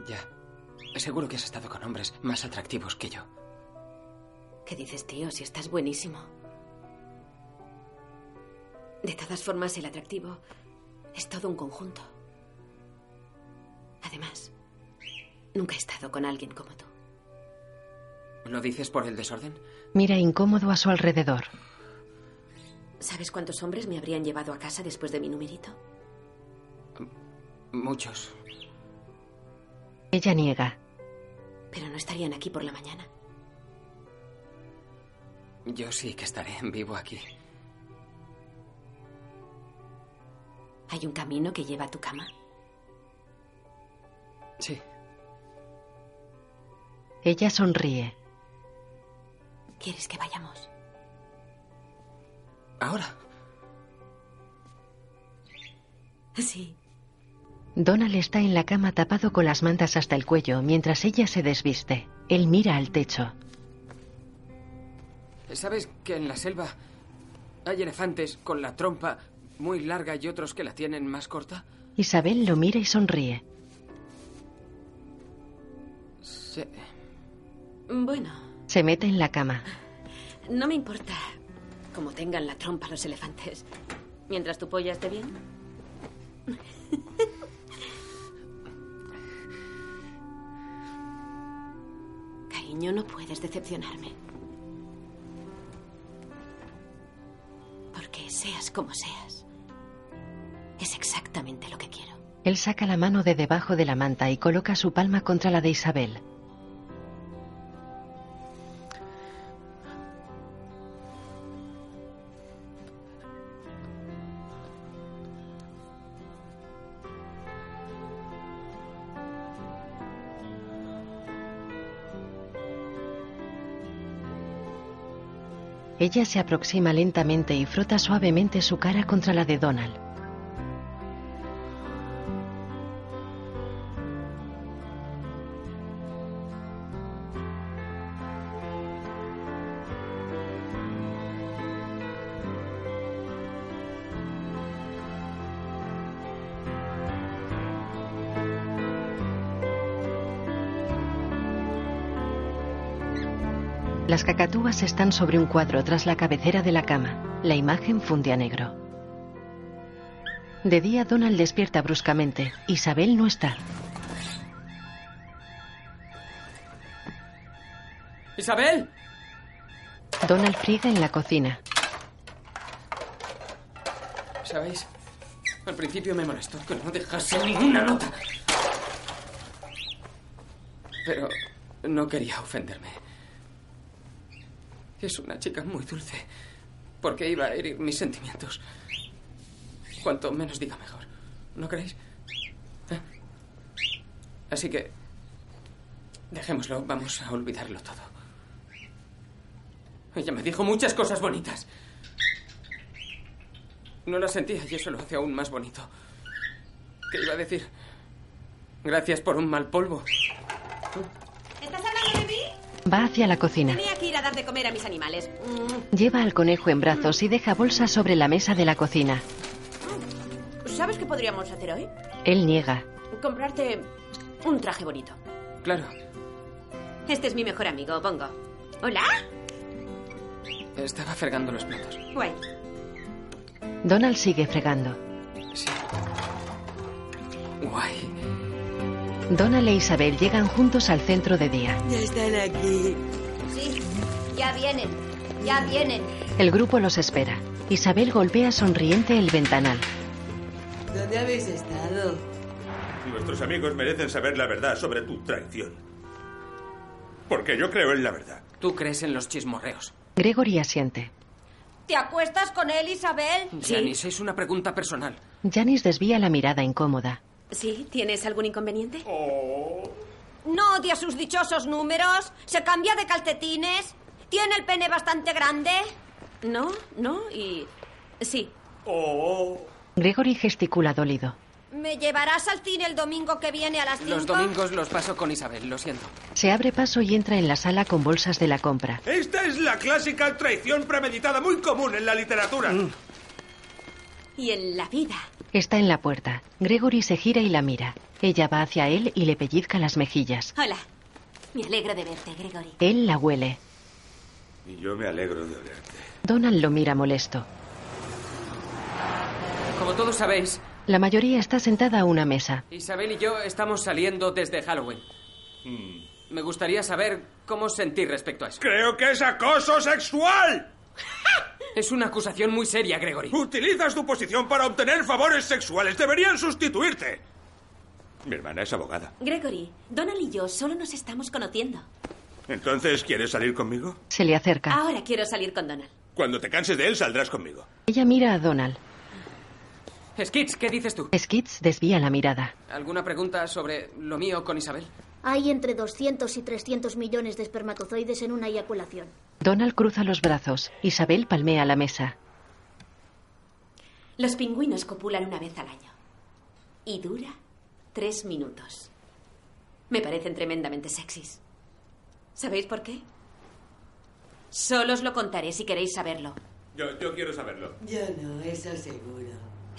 D: Ya. Seguro que has estado con hombres más atractivos que yo.
L: ¿Qué dices, tío? Si estás buenísimo. De todas formas, el atractivo es todo un conjunto. Además, nunca he estado con alguien como tú.
D: ¿Lo dices por el desorden?
B: Mira incómodo a su alrededor.
L: ¿Sabes cuántos hombres me habrían llevado a casa después de mi numerito?
D: Muchos.
B: Ella niega.
L: Pero no estarían aquí por la mañana.
D: Yo sí que estaré en vivo aquí.
L: ¿Hay un camino que lleva a tu cama?
D: Sí.
B: Ella sonríe.
L: ¿Quieres que vayamos?
D: ¿Ahora?
L: Sí.
B: Donald está en la cama tapado con las mantas hasta el cuello mientras ella se desviste. Él mira al techo.
D: ¿Sabes que en la selva hay elefantes con la trompa muy larga y otros que la tienen más corta?
B: Isabel lo mira y sonríe.
D: Sí.
L: Bueno,
B: Se mete en la cama.
L: no me importa cómo tengan la trompa los elefantes. Mientras tu polla esté bien. Cariño, no puedes decepcionarme. Porque seas como seas, es exactamente lo que quiero.
B: Él saca la mano de debajo de la manta y coloca su palma contra la de Isabel. Ella se aproxima lentamente y frota suavemente su cara contra la de Donald. Las cacatúas están sobre un cuadro tras la cabecera de la cama. La imagen funde a negro. De día, Donald despierta bruscamente. Isabel no está.
D: ¡Isabel!
B: Donald friega en la cocina.
D: ¿Sabéis? Al principio me molestó que no dejase ninguna nota. Pero no quería ofenderme. Es una chica muy dulce. Porque iba a herir mis sentimientos. Cuanto menos diga mejor. ¿No creéis? ¿Eh? Así que... Dejémoslo, vamos a olvidarlo todo. Ella me dijo muchas cosas bonitas. No las sentía y eso lo hace aún más bonito. ¿Qué iba a decir? Gracias por un mal polvo.
L: ¿Estás hablando de mí?
B: Va hacia la cocina.
L: Tenía que ir a dar de comer a mis animales.
B: Lleva al conejo en brazos y deja bolsa sobre la mesa de la cocina.
L: ¿Sabes qué podríamos hacer hoy?
B: Él niega.
L: Comprarte un traje bonito.
D: Claro.
L: Este es mi mejor amigo, Bongo. ¿Hola?
D: Estaba fregando los platos.
L: Guay.
B: Donald sigue fregando.
D: Guay.
B: Donald e Isabel llegan juntos al centro de día.
K: Ya están aquí.
G: Sí, ya vienen, ya vienen.
B: El grupo los espera. Isabel golpea sonriente el ventanal.
K: ¿Dónde habéis estado?
I: Nuestros amigos merecen saber la verdad sobre tu traición. Porque yo creo en la verdad.
D: Tú crees en los chismorreos.
B: Gregory asiente.
G: ¿Te acuestas con él, Isabel?
D: Janice, es una pregunta personal.
B: Janice desvía la mirada incómoda.
L: ¿Sí? ¿Tienes algún inconveniente?
G: ¿No odia sus dichosos números? ¿Se cambia de calcetines? ¿Tiene el pene bastante grande?
L: No, no, y... Sí.
D: Oh.
B: Gregory gesticula dolido.
G: ¿Me llevarás al cine el domingo que viene a las 5?
D: Los domingos los paso con Isabel, lo siento.
B: Se abre paso y entra en la sala con bolsas de la compra.
I: Esta es la clásica traición premeditada muy común en la literatura.
L: Y en la vida.
B: Está en la puerta. Gregory se gira y la mira. Ella va hacia él y le pellizca las mejillas.
L: Hola. Me alegro de verte, Gregory.
B: Él la huele.
I: Y yo me alegro de olerte.
B: Donald lo mira molesto.
D: Como todos sabéis,
B: La mayoría está sentada a una mesa.
D: Isabel y yo estamos saliendo desde Halloween.
I: Hmm.
D: Me gustaría saber cómo os sentís respecto a eso.
I: Creo que es acoso sexual.
D: Es una acusación muy seria, Gregory.
I: Utilizas tu posición para obtener favores sexuales. Deberían sustituirte. Mi hermana es abogada.
L: Gregory, Donald y yo solo nos estamos conociendo.
I: Entonces, ¿quieres salir conmigo?
B: Se le acerca.
L: Ahora quiero salir con Donald.
I: Cuando te canses de él, saldrás conmigo.
B: Ella mira a Donald.
D: Skits, ¿qué dices tú?
B: Skits desvía la mirada.
D: ¿Alguna pregunta sobre lo mío con Isabel?
J: Hay entre 200 y 300 millones de espermatozoides en una eyaculación.
B: Donald cruza los brazos. Isabel palmea la mesa.
L: Los pingüinos copulan una vez al año. Y dura tres minutos. Me parecen tremendamente sexys. ¿Sabéis por qué? Solo os lo contaré si queréis saberlo.
I: Yo, yo quiero saberlo.
K: Yo no, eso seguro.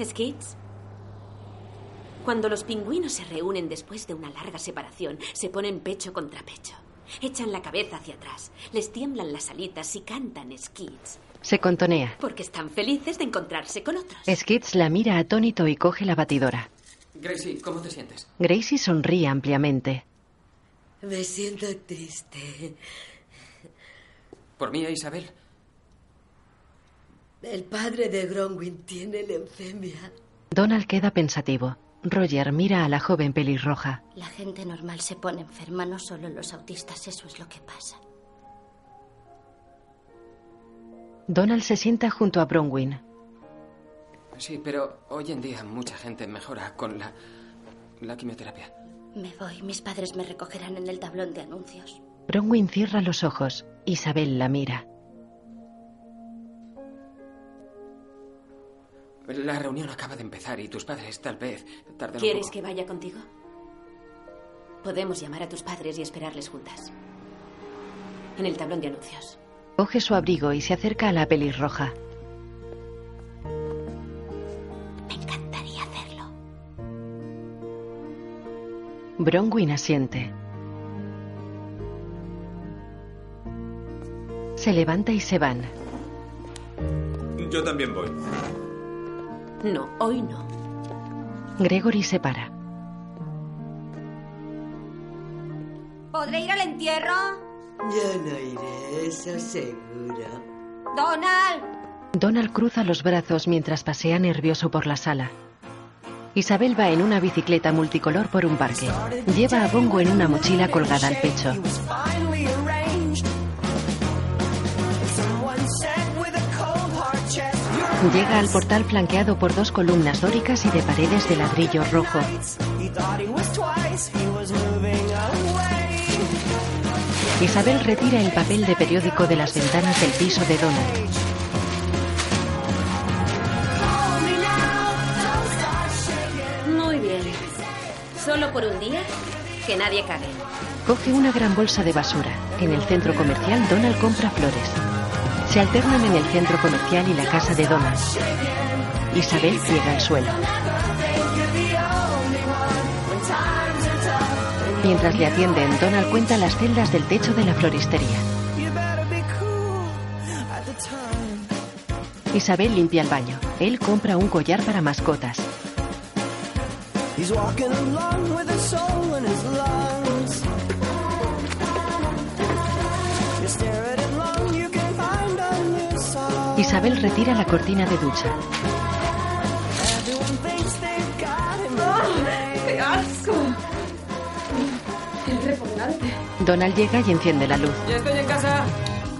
L: Skits. Cuando los pingüinos se reúnen después de una larga separación, se ponen pecho contra pecho. Echan la cabeza hacia atrás, les tiemblan las alitas y cantan Skits.
B: Se contonea.
L: Porque están felices de encontrarse con otros.
B: Skits la mira atónito y coge la batidora.
D: Gracie, ¿cómo te sientes?
B: Gracie sonríe ampliamente.
K: Me siento triste.
D: ¿Por mí e Isabel?
K: El padre de Gronwin tiene leucemia.
B: Donald queda pensativo. Roger mira a la joven pelirroja.
P: La gente normal se pone enferma, no solo los autistas, eso es lo que pasa.
B: Donald se sienta junto a Bronwyn.
D: Sí, pero hoy en día mucha gente mejora con la, la quimioterapia.
P: Me voy, mis padres me recogerán en el tablón de anuncios.
B: Bronwyn cierra los ojos. Isabel la mira.
D: La reunión acaba de empezar y tus padres tal vez tarden un
L: ¿Quieres
D: poco.
L: que vaya contigo? Podemos llamar a tus padres y esperarles juntas. En el tablón de anuncios.
B: Coge su abrigo y se acerca a la pelirroja.
P: Encantaría hacerlo.
B: Bronwyn asiente. Se levanta y se van.
I: Yo también voy.
L: No, hoy no.
B: Gregory se para.
G: ¿Podré ir al entierro?
K: Yo no iré, eso seguro.
G: Donald,
B: Donald cruza los brazos mientras pasea nervioso por la sala. Isabel va en una bicicleta multicolor por un parque. Lleva a Bongo en una mochila colgada al pecho.
E: Finally arranged. Someone said with a cold hard chest, you're
B: Llega al portal flanqueado por dos columnas dóricas y de paredes de ladrillo rojo.
E: He thought he was twice, he was moving away.
B: Isabel retira el papel de periódico de las ventanas del piso de Donald.
N: Muy bien. Solo por un día, que nadie cague.
B: Coge una gran bolsa de basura. En el centro comercial, Donald compra flores. Se alternan en el centro comercial y la casa de Donald. Isabel pliega el suelo.
E: Think you're the only one when times are tough.
B: Mientras le atienden, Donald cuenta las celdas del techo de la floristería.
E: You better be cool at the time.
B: Isabel limpia el baño. Él compra un collar para mascotas.
E: He's walking along with his soul in his lungs. You stare at it long, you can find a new song.
B: Isabel retira la cortina de ducha.
E: Everyone thinks they've got him.
M: Ah, ¡Qué asco! El repugnante.
B: Donald llega y enciende la luz.
D: Ya estoy en casa.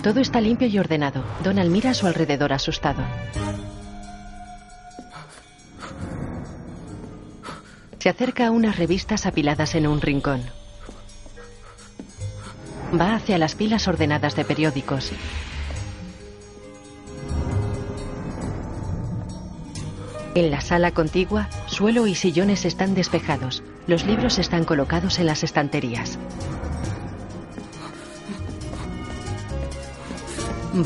B: Todo está limpio y ordenado. Donald mira a su alrededor asustado. Se acerca a unas revistas apiladas en un rincón. Va hacia las pilas ordenadas de periódicos. En la sala contigua, suelo y sillones están despejados. Los libros están colocados en las estanterías.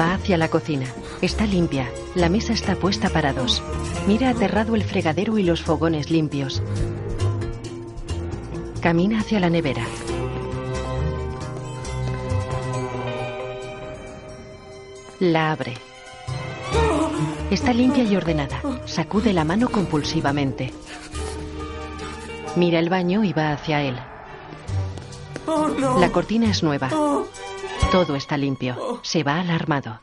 B: Va hacia la cocina. Está limpia. La mesa está puesta para dos. Mira aterrado el fregadero y los fogones limpios. Camina hacia la nevera. La abre. Está limpia y ordenada. Sacude la mano compulsivamente. Mira el baño y va hacia él.
E: Oh, no.
B: La cortina es nueva. Todo está limpio. Se va alarmado.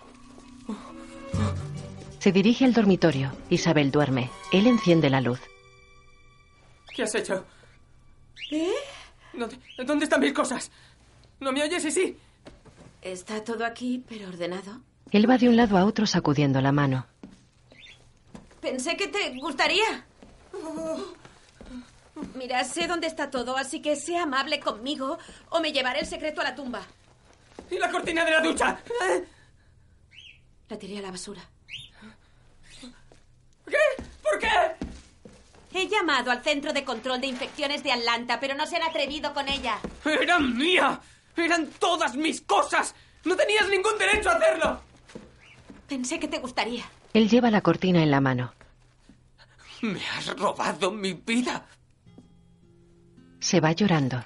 B: Se dirige al dormitorio. Isabel duerme. Él enciende la luz.
D: ¿Qué has hecho? ¿Qué? ¿Dónde, dónde están mis cosas? ¿No me oyes, sí?
L: Está todo aquí, pero ordenado.
B: Él va de un lado a otro sacudiendo la mano.
N: Pensé que te gustaría. Mira, sé dónde está todo, así que sea amable conmigo o me llevaré el secreto a la tumba.
D: ¿Y la cortina de la ducha?
N: La tiré a la basura.
D: ¿Qué? ¿Por qué?
N: He llamado al Centro de Control de Infecciones de Atlanta, pero no se han atrevido con ella.
D: ¡Eran mía! ¡Eran todas mis cosas! ¡No tenías ningún derecho a hacerlo!
N: Pensé que te gustaría.
B: Él lleva la cortina en la mano.
D: Me has robado mi vida.
B: Se va llorando.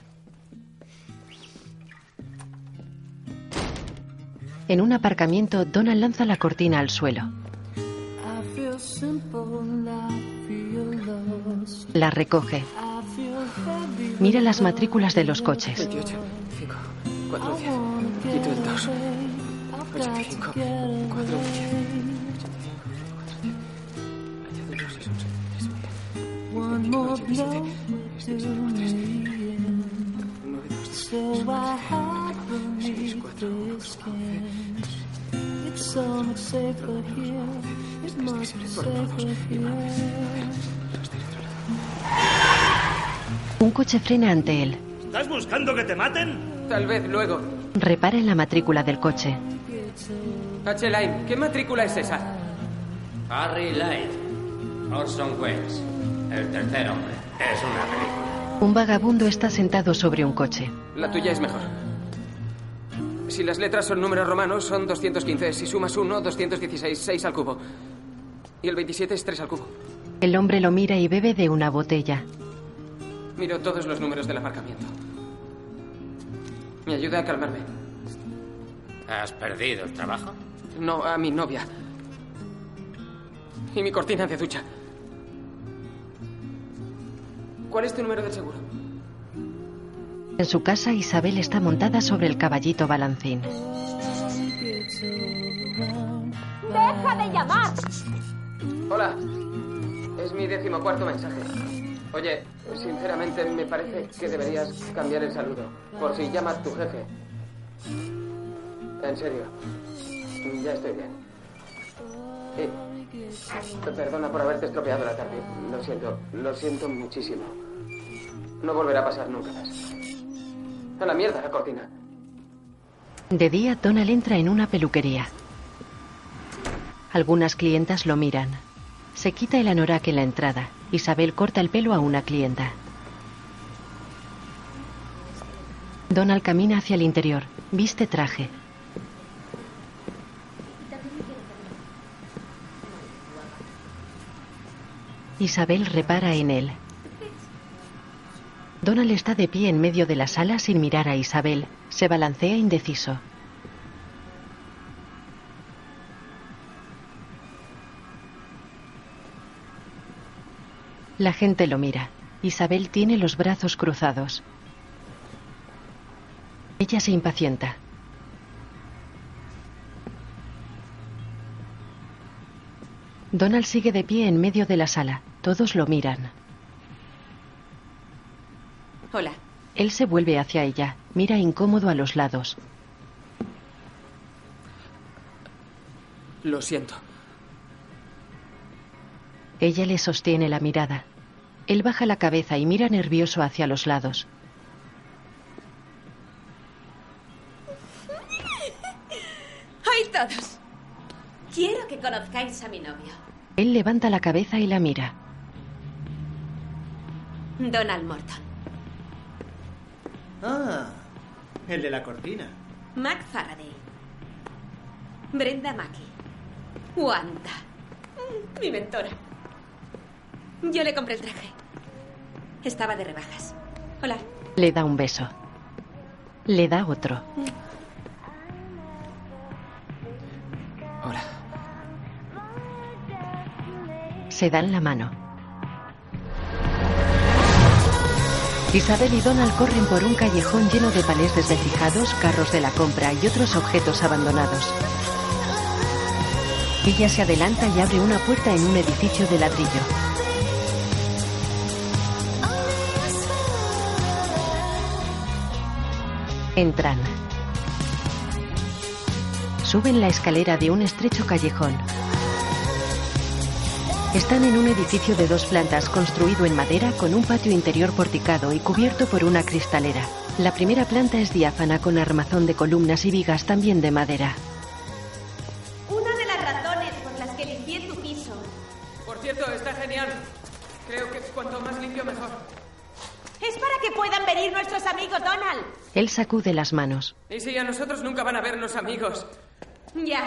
B: En un aparcamiento, Donald lanza la cortina al suelo.
E: I feel simple and I feel lost.
B: La recoge.
E: I feel heavy.
B: Mira las matrículas de los coches.
D: 28, 5, 4, 10. Quito el 2.
E: I've got to get away. One more blow to me. So I hide beneath the skin. It's so much safer here. It must be safer here.
B: Un coche frena ante él.
D: ¿Estás buscando que te maten? Tal vez luego.
B: Repara en la matrícula del coche.
D: H-Line, ¿qué matrícula es esa?
Q: Harry Light, Orson Welles, el tercer hombre. Es una película.
B: Un vagabundo está sentado sobre un coche.
D: La tuya es mejor. Si las letras son números romanos, son 215. Si sumas 1, 216, 6 al cubo. Y el 27 es 3 al cubo.
B: El hombre lo mira y bebe de una botella.
D: Miro todos los números del aparcamiento. Me ayuda a calmarme.
Q: ¿Has perdido el trabajo?
D: No, a mi novia. Y mi cortina de ducha. ¿Cuál es tu número de seguro?
B: En su casa, Isabel está montada sobre el caballito balancín.
E: ¡Deja de llamar!
D: Hola. Es mi decimocuarto mensaje. Oye, sinceramente me parece que deberías cambiar el saludo. Por si llama tu jefe. En serio. Ya estoy bien. Y- perdona por haberte estropeado la tarde. Lo siento. Lo siento muchísimo. No volverá a pasar nunca más. A la mierda la cortina.
B: De día, Donald entra en una peluquería. Algunas clientas lo miran. Se quita el anorak en la entrada. Isabel corta el pelo a una clienta. Donald camina hacia el interior. Viste traje. Isabel repara en él. Donald está de pie en medio de la sala sin mirar a Isabel. Se balancea indeciso. La gente lo mira. Isabel tiene los brazos cruzados. Ella se impacienta. Donald sigue de pie en medio de la sala. Todos lo miran.
R: Hola.
B: Él se vuelve hacia ella. Mira incómodo a los lados.
D: Lo siento.
B: Ella le sostiene la mirada. Él baja la cabeza y mira nervioso hacia los lados.
L: ¡Ahí todos! Quiero que conozcáis a mi novio,
B: Él levanta la cabeza y la mira.
L: Donald Morton.
I: Ah, el de la cortina.
L: Mac Faraday. Brenda Mackey. Wanda. Mm, Mi mentora. Yo le compré el traje. Estaba de rebajas. Hola.
B: Le da un beso. Le da otro.
D: Hola.
B: Se dan la mano. Isabel y Donald corren por un callejón lleno de palés desvencijados, carros de la compra y otros objetos abandonados. Ella se adelanta y abre una puerta en un edificio de ladrillo. Entran. Suben la escalera de un estrecho callejón. Están en un edificio de dos plantas construido en madera con un patio interior porticado y cubierto por una cristalera. La primera planta es diáfana con armazón de columnas y vigas también de madera.
E: Una de las razones por las que limpié tu piso.
D: Por cierto, está genial. Creo que cuanto más limpio, mejor.
E: Es para que puedan venir nuestros amigos, Donald.
B: Él sacude las manos.
D: Y si a nosotros nunca van a vernos amigos.
E: Ya.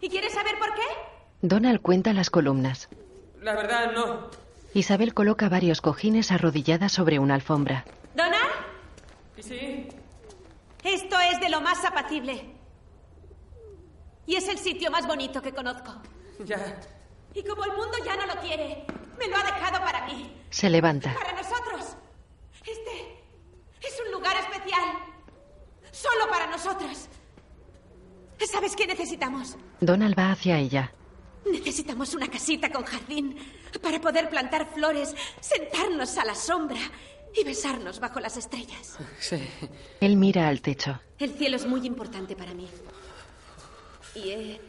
E: ¿Y quieres saber por qué?
B: Donald cuenta las columnas.
D: La verdad, no.
B: Isabel coloca varios cojines arrodilladas sobre una alfombra.
E: ¿Donald?
D: Sí.
E: Esto es de lo más apacible. Y es el sitio más bonito que conozco.
D: Ya.
E: Y como el mundo ya no lo quiere, me lo ha dejado para mí,
B: Se levanta.
E: para nosotros. Este es un lugar especial. Solo para nosotras. ¿Sabes qué necesitamos?
B: Donald va hacia ella.
E: Necesitamos una casita con jardín para poder plantar flores, sentarnos a la sombra y besarnos bajo las estrellas.
D: Sí.
B: Él mira al techo.
L: El cielo es muy importante para mí. Y he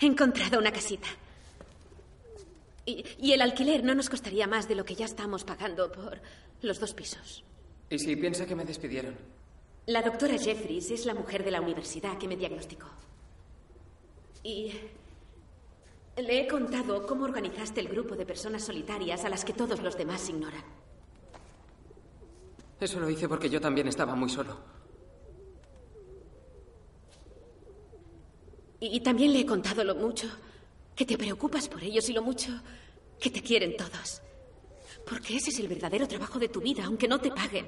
L: encontrado una casita. Y, y el alquiler no nos costaría más de lo que ya estamos pagando por los dos pisos.
D: ¿Y si piensa que me despidieron?
L: La doctora Jeffries es la mujer de la universidad que me diagnosticó. Y le he contado cómo organizaste el grupo de personas solitarias a las que todos los demás ignoran.
D: Eso lo hice porque yo también estaba muy solo.
L: Y, y también le he contado lo mucho que te preocupas por ellos y lo mucho que te quieren todos. Porque ese es el verdadero trabajo de tu vida, aunque no te paguen.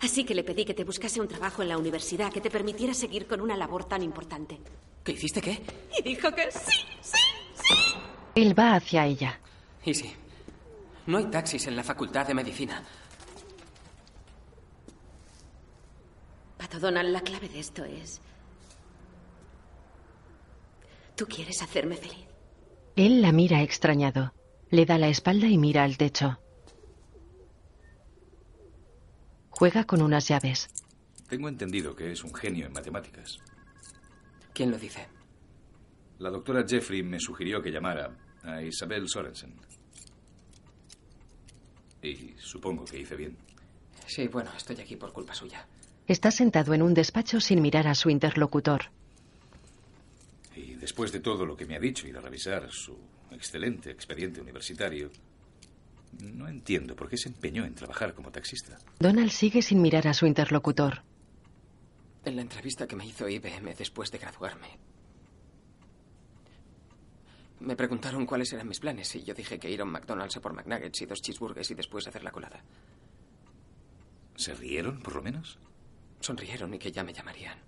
L: Así que le pedí que te buscase un trabajo en la universidad que te permitiera seguir con una labor tan importante.
D: ¿Qué hiciste qué?
L: Y dijo que sí, sí.
B: Él va hacia ella.
D: Y sí. No hay taxis en la facultad de medicina.
L: Pato Donald, la clave de esto es... Tú quieres hacerme feliz.
B: Él la mira extrañado. Le da la espalda y mira al techo. Juega con unas llaves.
S: Tengo entendido que es un genio en matemáticas.
D: ¿Quién lo dice?
S: La doctora Jeffrey me sugirió que llamara a Isabel Sorensen. Y supongo que hice bien.
D: Sí, bueno, estoy aquí por culpa suya.
B: Está sentado en un despacho sin mirar a su interlocutor.
S: Y después de todo lo que me ha dicho y de revisar su excelente expediente universitario, no entiendo por qué se empeñó en trabajar como taxista.
B: Donald sigue sin mirar a su interlocutor.
D: En la entrevista que me hizo IBM después de graduarme, me preguntaron cuáles eran mis planes y yo dije que ir a un McDonald's a por McNuggets y dos cheeseburgers y después hacer la colada.
S: ¿Se rieron, por lo menos?
D: Sonrieron y que ya me llamarían.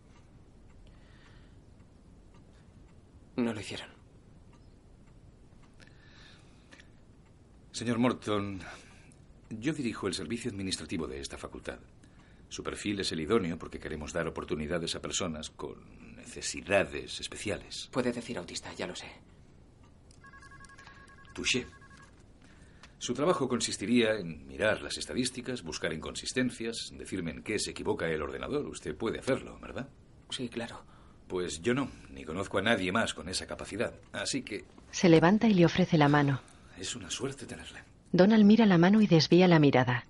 D: No lo hicieron.
S: Señor Morton, yo dirijo el servicio administrativo de esta facultad. Su perfil es el idóneo porque queremos dar oportunidades a personas con necesidades especiales.
D: Puede decir autista, ya lo sé.
S: Touché. Su trabajo consistiría en mirar las estadísticas, buscar inconsistencias, decirme en qué se equivoca el ordenador. Usted puede hacerlo, ¿verdad?
D: Sí, claro.
S: Pues yo no, ni conozco a nadie más con esa capacidad. Así que
B: Se levanta y le ofrece la mano.
S: es una suerte tenerla.
B: Donald mira la mano y desvía la mirada.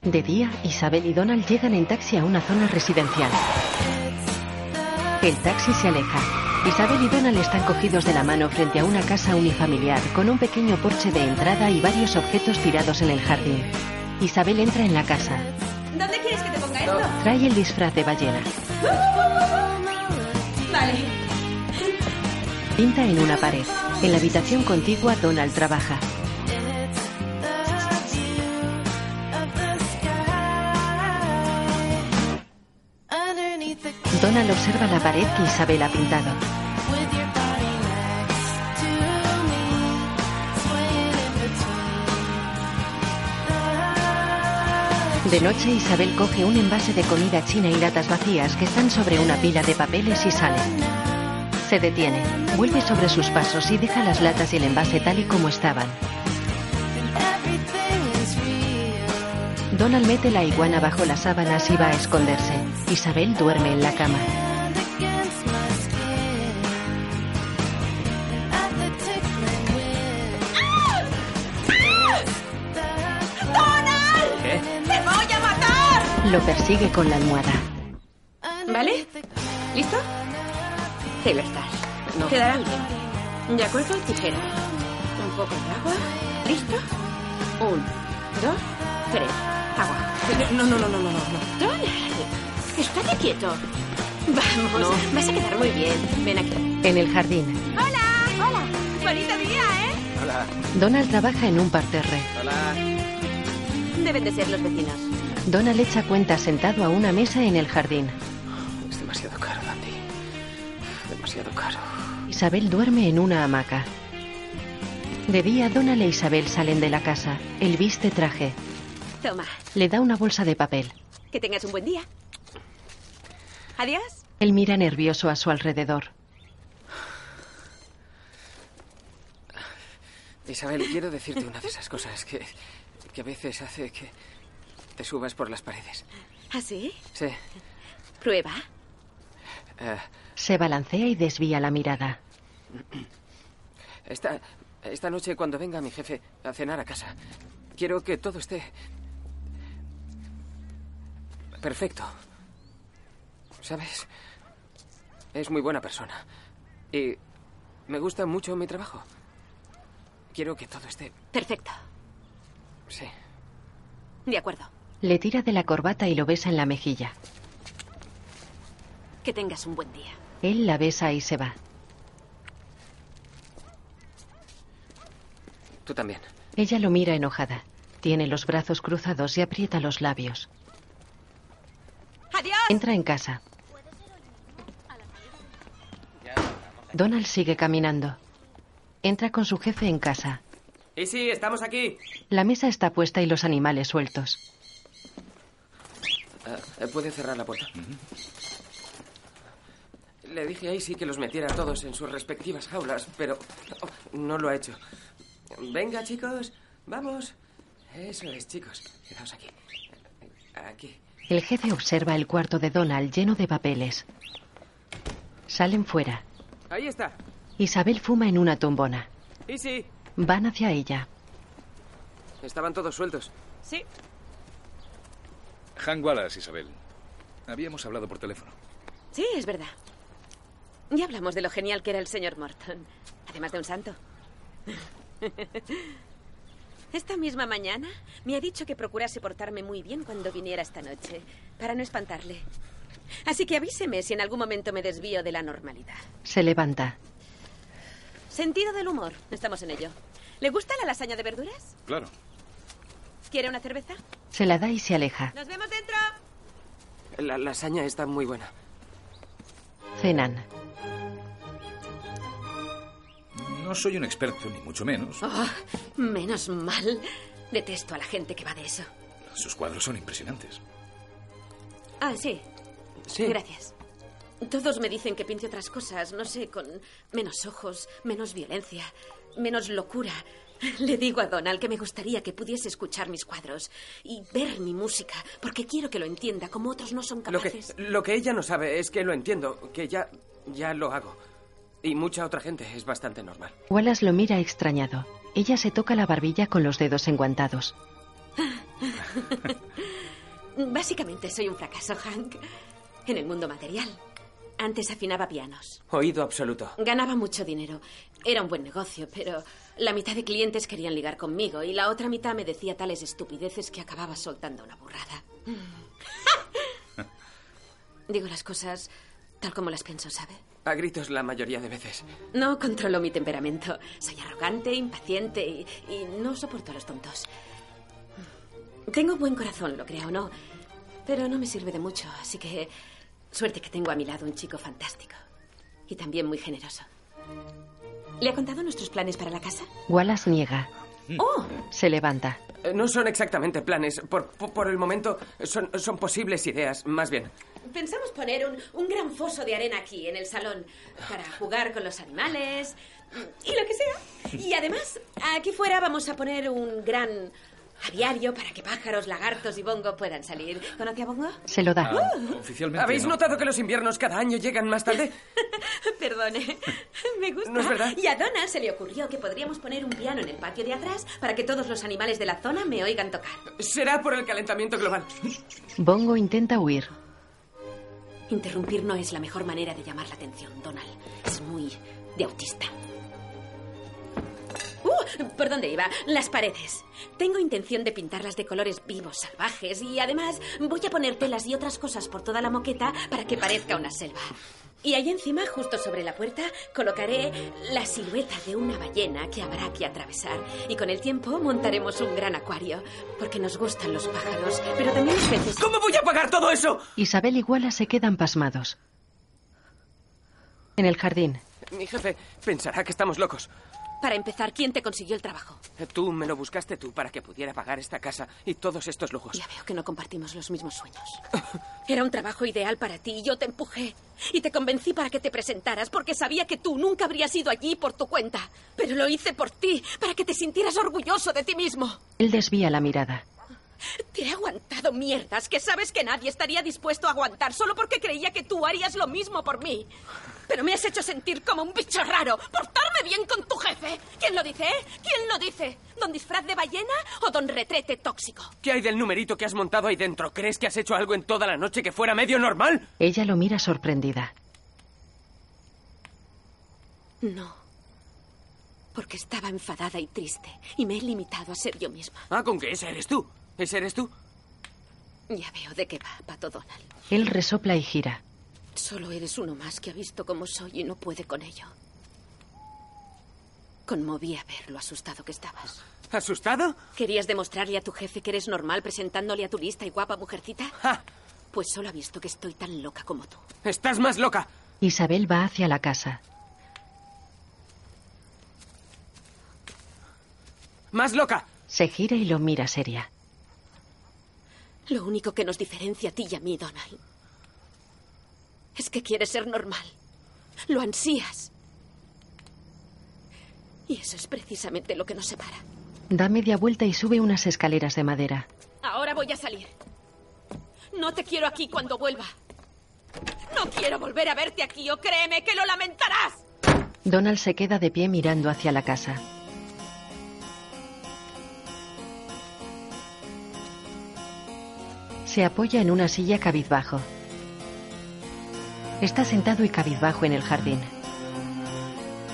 B: De día, Isabel y Donald llegan en taxi a una zona residencial. El taxi se aleja. Isabel y Donald están cogidos de la mano frente a una casa unifamiliar con un pequeño porche de entrada y varios objetos tirados en el jardín. Isabel entra en la casa.
M: ¿Dónde quieres que te ponga esto?
B: Trae el disfraz de ballena.
M: Vale.
B: Pinta en una pared. En la habitación contigua, Donald trabaja. Donald observa la pared que Isabel ha pintado. De noche, Isabel coge un envase de comida china y latas vacías que están sobre una pila de papeles y sale. Se detiene, vuelve sobre sus pasos y deja las latas y el envase tal y como estaban. Donald mete la iguana bajo las sábanas y va a esconderse. Isabel duerme en la cama.
M: ¡Donald!
D: ¿Qué?
M: ¡Te voy a matar!
B: Lo persigue con la almohada.
L: ¿Vale? ¿Listo? Ahí estás. Quedará bien. De acuerdo, tijera. Un poco de agua. ¿Listo? Un, dos, tres. Agua. No, no, no, no, no, no. Donald, estate quieto. Vamos, vas a quedar muy bien. Ven aquí.
B: En el jardín,
M: ¡Hola! ¡Hola! Bonito día, ¿eh?
C: Hola.
B: Donald trabaja en un parterre.
L: Ah. Deben de ser los vecinos.
B: Donald echa cuenta sentado a una mesa en el jardín.
D: Es demasiado caro, Dandy. Demasiado caro.
B: Isabel duerme en una hamaca. De día, Donald e Isabel salen de la casa. Él viste traje.
L: Toma,
B: Le da una bolsa de papel.
L: que tengas un buen día. Adiós.
B: Él mira nervioso a su alrededor.
D: Isabel, quiero decirte una de esas cosas que, que a veces hace que te subas por las paredes.
L: ¿Así?
D: Sí.
L: Prueba.
D: eh,
B: Se balancea y desvía la mirada.
D: esta, esta noche, cuando venga mi jefe a cenar a casa, quiero que todo esté. perfecto. ¿Sabes? Es muy buena persona. Y me gusta mucho mi trabajo. Quiero que todo esté.
L: Perfecto.
D: Sí.
L: De acuerdo.
B: Le tira de la corbata y lo besa en la mejilla.
L: Que tengas un buen día.
B: Él la besa y se va.
D: Tú también.
B: Ella lo mira enojada. Tiene los brazos cruzados y aprieta los labios. Entra en casa. Donald sigue caminando. Entra con su jefe en casa.
D: Y sí, estamos aquí.
B: La mesa está puesta y los animales sueltos.
D: Ah, ¿Puede cerrar la puerta? Le dije a Isi que los metiera a todos en sus respectivas jaulas, pero oh, no lo ha hecho. Venga, chicos, vamos. Eso es, chicos. Quedaos aquí. Aquí.
B: El jefe observa el cuarto de Donald lleno de papeles. Salen fuera.
D: Ahí está.
B: Isabel fuma en una tumbona.
D: Isi.
B: Van hacia ella.
D: Estaban todos sueltos. Sí.
S: Han Wallace, Isabel. Habíamos hablado por teléfono.
L: Sí, es verdad. Ya hablamos de lo genial que era el señor Morton, además de un santo. Esta misma mañana me ha dicho que procurase portarme muy bien cuando viniera esta noche, para no espantarle. Así que avíseme si en algún momento me desvío de la normalidad.
B: Se levanta.
L: Sentido del humor, estamos en ello. ¿Le gusta la lasaña de verduras?
S: Claro.
L: ¿Quiere una cerveza?
B: Se la da y se aleja.
L: Nos vemos dentro.
D: La lasaña está muy buena.
B: Cenan.
S: No soy un experto, ni mucho menos.
L: Oh, menos mal. Detesto a la gente que va de eso.
S: Sus cuadros son impresionantes.
L: Ah, sí.
S: Sí.
L: Gracias. Todos me dicen que pince otras cosas, no sé, con menos ojos, menos violencia, menos locura. Le digo a Donald que me gustaría que pudiese escuchar mis cuadros y ver mi música, porque quiero que lo entienda como otros no son
D: Lo que,
L: capaces.
D: lo que ella no sabe es que lo entiendo, que ya, ya lo hago. Y mucha otra gente es bastante normal.
B: Wallace lo mira extrañado. Ella se toca la barbilla con los dedos enguantados.
L: Básicamente soy un fracaso, Hank, en el mundo material. Antes afinaba pianos,
D: Oído absoluto.
L: ganaba mucho dinero, era un buen negocio, pero la mitad de clientes querían ligar conmigo y la otra mitad me decía tales estupideces que acababa soltando una burrada. Digo las cosas tal como las pienso, ¿sabe?
D: A gritos la mayoría de veces.
L: No controlo mi temperamento. Soy arrogante, impaciente y, y no soporto a los tontos. Tengo buen corazón, lo crea o no, pero no me sirve de mucho, así que suerte que tengo a mi lado un chico fantástico y también muy generoso. ¿Le ha contado nuestros planes para la casa?
B: Wallace niega. Se levanta.
D: Eh, No son exactamente planes. Por, por- por el momento son, son posibles ideas, más bien.
L: Pensamos poner un, un gran foso de arena aquí, en el salón, para jugar con los animales y lo que sea. Y además, aquí fuera vamos a poner un gran aviario para que pájaros, lagartos y bongo puedan salir. ¿Conoce a bongo?
B: Se lo da.
S: oficialmente.
D: ¿Habéis notado que los inviernos cada año llegan más tarde?
L: Perdone, me gusta.
D: ¿No es verdad?
L: Y a Donald se le ocurrió que podríamos poner un piano en el patio de atrás para que todos los animales de la zona me oigan tocar.
D: Será por el calentamiento global.
B: Bongo intenta huir.
L: Interrumpir no es la mejor manera de llamar la atención, Donald. Es muy de autista. ¡Uh! ¿Por dónde iba? Las paredes. Tengo intención de pintarlas de colores vivos, salvajes, y además voy a poner telas y otras cosas por toda la moqueta para que parezca una selva. Y ahí encima, justo sobre la puerta, colocaré la silueta de una ballena que habrá que atravesar. Y con el tiempo montaremos un gran acuario, porque nos gustan los pájaros, pero también los peces.
D: ¿Cómo voy a pagar todo eso?
B: Isabel y Wallace se quedan pasmados. En el jardín,
D: Mi jefe pensará que estamos locos. Eh,
L: Para empezar, ¿quién te consiguió el trabajo?
D: Tú me lo buscaste tú para que pudiera pagar esta casa y todos estos lujos.
L: Ya veo que no compartimos los mismos sueños. Era un trabajo ideal para ti y yo te empujé. Y te convencí para que te presentaras porque sabía que tú nunca habrías ido allí por tu cuenta. Pero lo hice por ti, para que te sintieras orgulloso de ti mismo.
B: él desvía la mirada.
L: Te he aguantado mierdas que sabes que nadie estaría dispuesto a aguantar solo porque creía que tú harías lo mismo por mí. Pero me has hecho sentir como un bicho raro. Portarme bien con tu jefe. ¿Quién lo dice? eh? ¿Quién lo dice? ¿Don disfraz de ballena o don retrete tóxico?
D: ¿Qué hay del numerito que has montado ahí dentro? ¿Crees que has hecho algo en toda la noche que fuera medio normal?
B: Ella lo mira sorprendida.
L: No. Porque estaba enfadada y triste y me he limitado a ser yo misma.
D: Ah, con que ese eres tú. Ese eres tú.
L: Ya veo de qué va, Pato Donald.
B: Él resopla y gira.
L: Solo eres uno más que ha visto cómo soy y no puede con ello. Conmovía ver lo asustado que estabas.
D: ¿Asustado?
L: ¿Querías demostrarle a tu jefe que eres normal presentándole a tu lista y guapa mujercita? Pues solo ha visto que estoy tan loca como tú.
D: Estás más loca.
B: Isabel va hacia la casa.
D: ¡Más loca!
B: Se gira y lo mira seria.
N: Lo único que nos diferencia a ti y a mí, Donald, es que quieres ser normal. Lo ansías. Y eso es precisamente lo que nos separa.
B: Da media vuelta y sube unas escaleras de madera.
N: Ahora voy a salir. No te quiero aquí cuando vuelva. No quiero volver a verte aquí o créeme que lo lamentarás.
B: Donald se queda de pie mirando hacia la casa. Se apoya en una silla cabizbajo. Está sentado y cabizbajo en el jardín.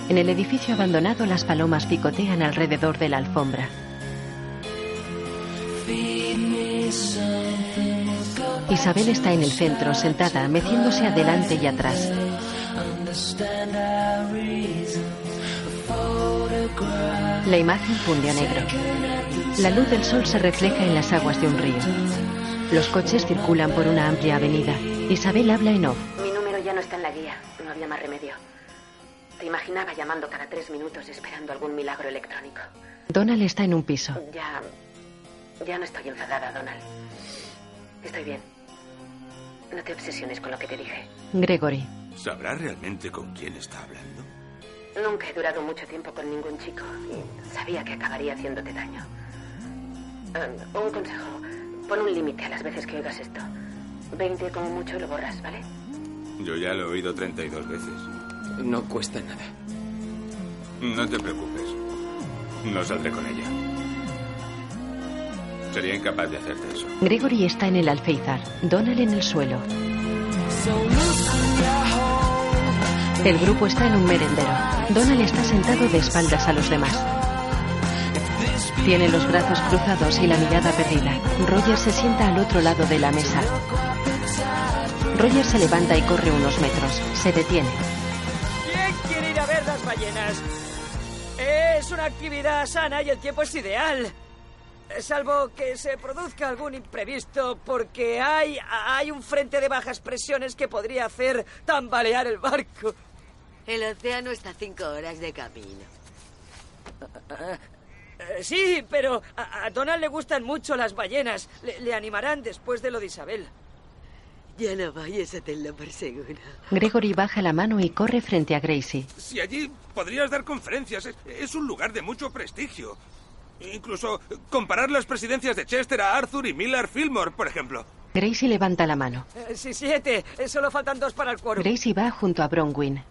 B: En el edificio abandonado las palomas picotean alrededor de la alfombra. Isabel está en el centro, sentada, meciéndose adelante y atrás. La imagen funde a negro. La luz del sol se refleja en las aguas de un río. Los coches circulan por una amplia avenida. Isabel habla en off.
L: Mi número ya no está en la guía. No había más remedio. Te imaginaba llamando cada tres minutos esperando algún milagro electrónico.
B: Donald está en un piso.
L: Ya. Ya no estoy enfadada, Donald. Estoy bien. No te obsesiones con lo que te dije.
B: Gregory.
I: ¿Sabrá realmente con quién está hablando?
L: Nunca he durado mucho tiempo con ningún chico y sabía que acabaría haciéndote daño. Um, un consejo. Pon un límite a las veces que oigas esto. 20 como mucho lo borras, ¿vale?
I: Yo ya lo he oído 32 veces.
D: No cuesta nada.
I: No te preocupes. No saldré con ella. Sería incapaz de hacerte eso.
B: Gregory está en el alféizar, Donald en el suelo. El grupo está en un merendero. Donald está sentado de espaldas a los demás. Tiene los brazos cruzados y la mirada perdida. Roger se sienta al otro lado de la mesa. Roger se levanta y corre unos metros. Se detiene.
T: ¿Quién quiere ir a ver las ballenas? Es una actividad sana y el tiempo es ideal. Salvo que se produzca algún imprevisto, porque hay, hay un frente de bajas presiones que podría hacer tambalear el barco.
K: El océano está a cinco horas de camino.
T: Eh, Sí, pero a, a Donald le gustan mucho las ballenas. Le, le animarán después de lo de Isabel.
K: Ya no voy, eso tenlo por seguro.
B: Gregory baja la mano y corre frente a Gracie.
I: Si allí podrías dar conferencias, es, es un lugar de mucho prestigio. Incluso comparar las presidencias de Chester a Arthur y Miller Fillmore, por ejemplo.
B: Gracie levanta la mano.
T: Eh, Sí, siete. Eh, Solo faltan dos para el cuero.
B: Gracie va junto a Bronwyn.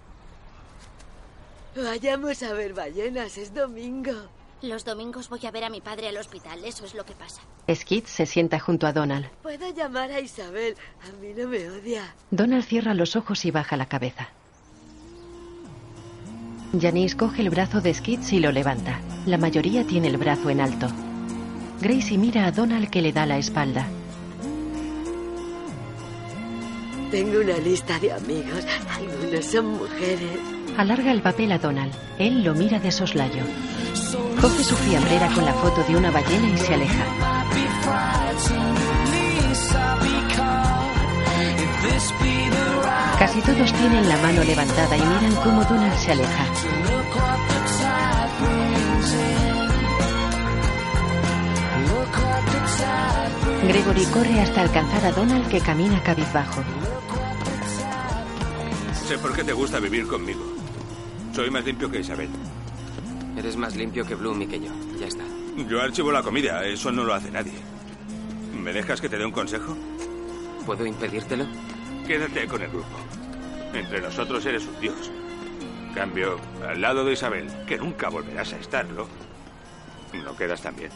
K: Vayamos a ver ballenas, es domingo.
O: Los domingos voy a ver a mi padre al hospital, eso es lo que pasa.
B: Skid se sienta junto a Donald.
K: Puedo llamar a Isabel. A mí no me odia.
B: Donald cierra los ojos y baja la cabeza. Janice coge el brazo de Skids y lo levanta. La mayoría tiene el brazo en alto. Gracie mira a Donald que le da la espalda.
K: Tengo una lista de amigos. Algunos son mujeres.
B: Alarga el papel a Donald. Él lo mira de soslayo. Coge su fiambrera con la foto de una ballena y se aleja. Casi todos tienen la mano levantada y miran cómo Donald se aleja. Gregory corre hasta alcanzar a Donald que camina cabizbajo.
I: Sé por qué te gusta vivir conmigo. Soy más limpio que Isabel.
D: Eres más limpio que Bloom y que yo. Ya está.
I: Yo archivo la comida, eso no lo hace nadie. ¿Me dejas que te dé un consejo?
D: ¿Puedo impedírtelo?
I: Quédate con el grupo. Entre nosotros eres un dios. En Cambio, al lado de Isabel, que nunca volverás a estarlo, no quedas tan bien.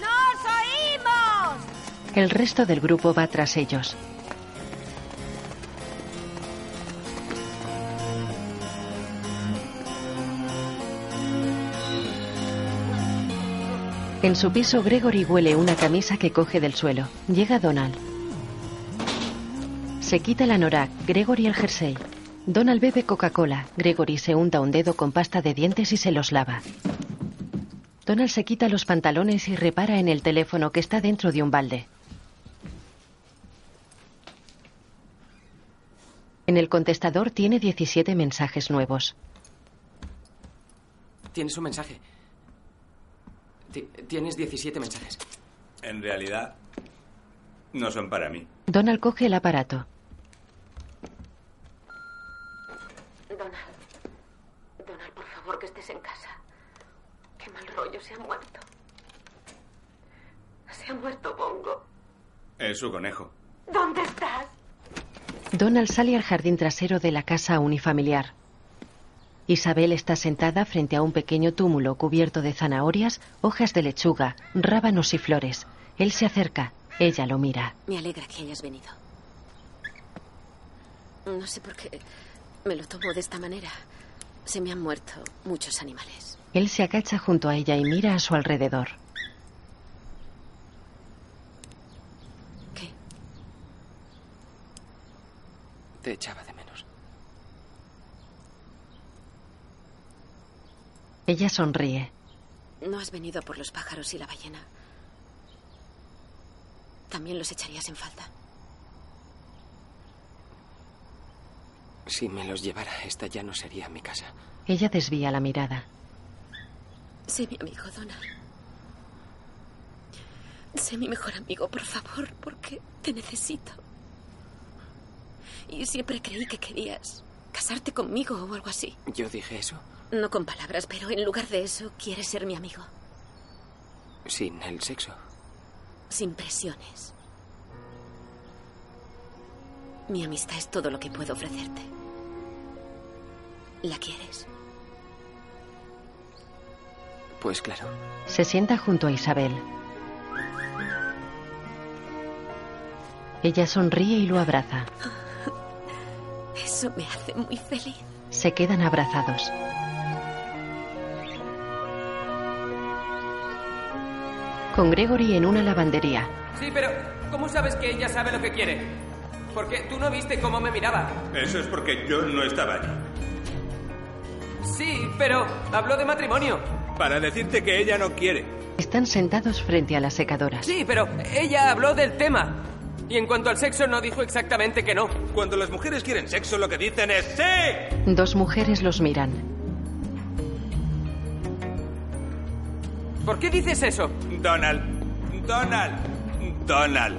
M: ¡Nos oímos!
B: El resto del grupo va tras ellos. En su piso, Gregory huele una camisa que coge del suelo. Llega Donald. Se quita la anorak, Gregory el jersey. Donald bebe Coca-Cola. Gregory se unta un dedo con pasta de dientes y se los lava. Donald se quita los pantalones y repara en el teléfono que está dentro de un balde. En el contestador tiene 17 mensajes nuevos.
D: Tienes un mensaje. Ti- Tienes 17 mensajes.
I: En realidad, no son para mí.
B: Donald coge el aparato.
N: Donald. Donald, por favor, que estés en casa. Qué mal rollo, se ha muerto. Se ha muerto Bongo.
I: Es su conejo.
N: ¿Dónde estás?
B: Donald sale al jardín trasero de la casa unifamiliar. Isabel está sentada frente a un pequeño túmulo cubierto de zanahorias, hojas de lechuga, rábanos y flores. Él se acerca, ella lo mira.
L: Me alegra que hayas venido. No sé por qué me lo tomo de esta manera. Se me han muerto muchos animales.
B: Él se agacha junto a ella y mira a su alrededor.
D: Te echaba de menos.
B: Ella sonríe.
L: No has venido a por los pájaros y la ballena. También los echarías en falta.
D: Si me los llevara, esta ya no sería mi casa.
B: Ella desvía la mirada.
L: Sé mi amigo, Donald. Sé mi mejor amigo, por favor, porque te necesito. Y siempre creí que querías casarte conmigo o algo así.
D: Yo dije eso.
L: No con palabras, pero en lugar de eso, quieres ser mi amigo.
D: Sin el sexo.
L: Sin presiones. Mi amistad es todo lo que puedo ofrecerte. ¿La quieres?
D: Pues claro.
B: Se sienta junto a Isabel. Ella sonríe y lo abraza.
L: Eso me hace muy feliz.
B: Se quedan abrazados. Con Gregory en una lavandería.
D: Sí, pero ¿cómo sabes que ella sabe lo que quiere? Porque tú no viste cómo me miraba.
I: Eso es porque yo no estaba allí.
D: Sí, pero habló de matrimonio.
I: Para decirte que ella no quiere.
B: Están sentados frente a la secadora.
D: Sí, pero ella habló del tema. Y en cuanto al sexo, no dijo exactamente que no.
I: Cuando las mujeres quieren sexo, lo que dicen es sí.
B: Dos mujeres los miran.
D: ¿Por qué dices eso?
I: Donald, Donald, Donald.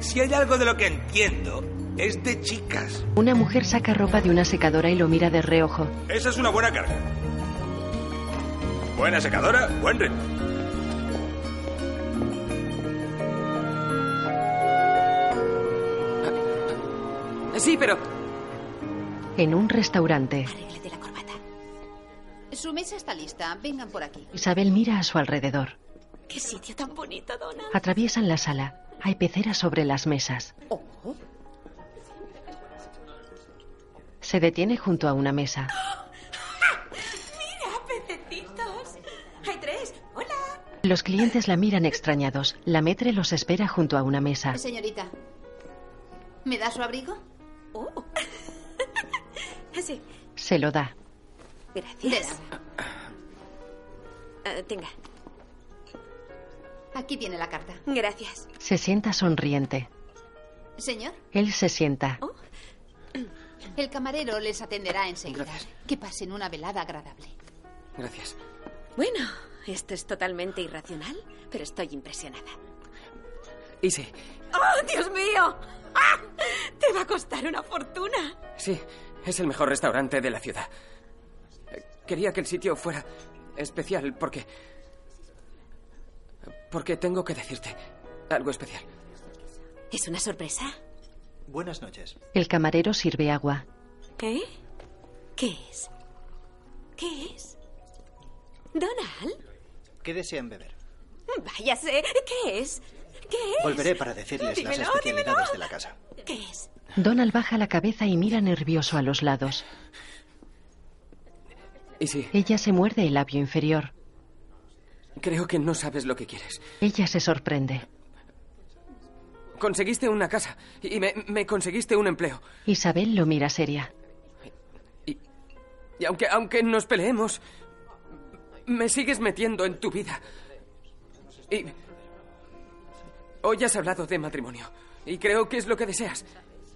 I: Si hay algo de lo que entiendo, es de chicas.
B: Una mujer saca ropa de una secadora y lo mira de reojo.
I: Esa es una buena carga. Buena secadora, buen ritmo.
D: Sí, pero
B: En un restaurante,
M: Su mesa está lista. Vengan por aquí.
B: Isabel mira a su alrededor.
M: Qué sitio tan bonito, Donna.
B: Ah. Atraviesan la sala. Hay peceras sobre las mesas.
M: Oh.
B: Se detiene junto a una mesa.
M: Mira, pececitos. Hay tres. Hola.
B: Los clientes la miran extrañados. La metre los espera junto a una mesa.
M: Señorita, ¿me da su abrigo?
G: Oh.
L: Sí,
B: Se lo da.
L: gracias. Ah, tenga,
M: Aquí tiene la carta.
L: gracias.
B: Se sienta sonriente.
M: Señor,
B: Él se sienta.
M: Oh. el camarero les atenderá enseguida. Que pasen una velada agradable.
D: Gracias.
L: Bueno, esto es totalmente irracional, pero estoy impresionada.
D: Y sí,
L: ¡Oh, Dios mío! ¡Ah! Te va a costar una fortuna.
D: sí, es el mejor restaurante de la ciudad. Eh, Quería que el sitio fuera especial porque... Porque tengo que decirte algo especial.
L: ¿Es una sorpresa?
U: Buenas noches.
B: El camarero sirve agua.
L: ¿Eh? ¿Qué es? ¿Qué es? ¿Donald?
U: ¿Qué desean beber?
L: Váyase. ¿Qué es? ¿Qué es?
U: Volveré para decirles las
L: Oh, Dímelo,
U: especialidades
L: dímelo.
U: de la casa.
L: ¿Qué es?
B: Donald baja la cabeza y mira nervioso a los lados.
D: Y sí,
B: Ella se muerde el labio inferior.
D: creo que no sabes lo que quieres.
B: Ella se sorprende.
D: Conseguiste una casa y me, me conseguiste un empleo.
B: Isabel lo mira seria.
D: Y aunque, aunque nos peleemos, me sigues metiendo en tu vida. Y. Hoy has hablado de matrimonio. Y creo que es lo que deseas.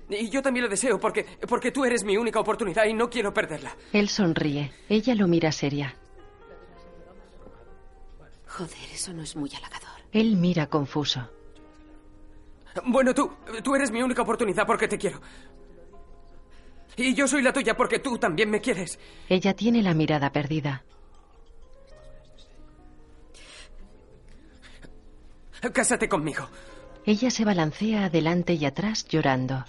D: Y yo también lo deseo porque, porque tú eres mi única oportunidad y no quiero perderla.
B: Él sonríe. Ella lo mira seria.
V: Joder, eso no es muy halagador.
B: Él mira confuso.
D: Bueno, tú, tú eres mi única oportunidad porque te quiero. Y yo soy la tuya porque tú también me quieres.
B: Ella tiene la mirada perdida.
D: Cásate conmigo.
B: Ella se balancea adelante y atrás llorando.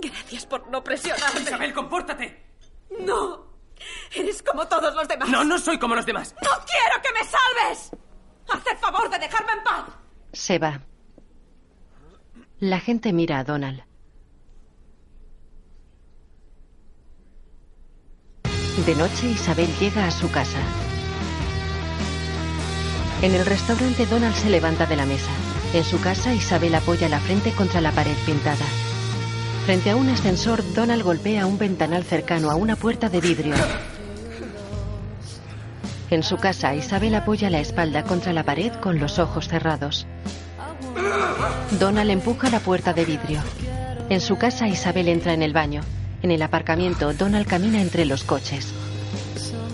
L: Gracias por no presionarme.
D: Isabel, compórtate.
L: No. Eres como todos los demás.
D: No, no soy como los demás.
L: ¡No quiero que me salves! ¡Haz el favor de dejarme en paz!
B: Se va. La gente mira a Donald. De noche Isabel llega a su casa. En el restaurante Donald se levanta de la mesa. En su casa Isabel apoya la frente contra la pared pintada. Frente a un ascensor, Donald golpea un ventanal cercano a una puerta de vidrio. En su casa, Isabel apoya la espalda contra la pared con los ojos cerrados. Donald empuja la puerta de vidrio. En su casa, Isabel entra en el baño. En el aparcamiento, Donald camina entre los coches.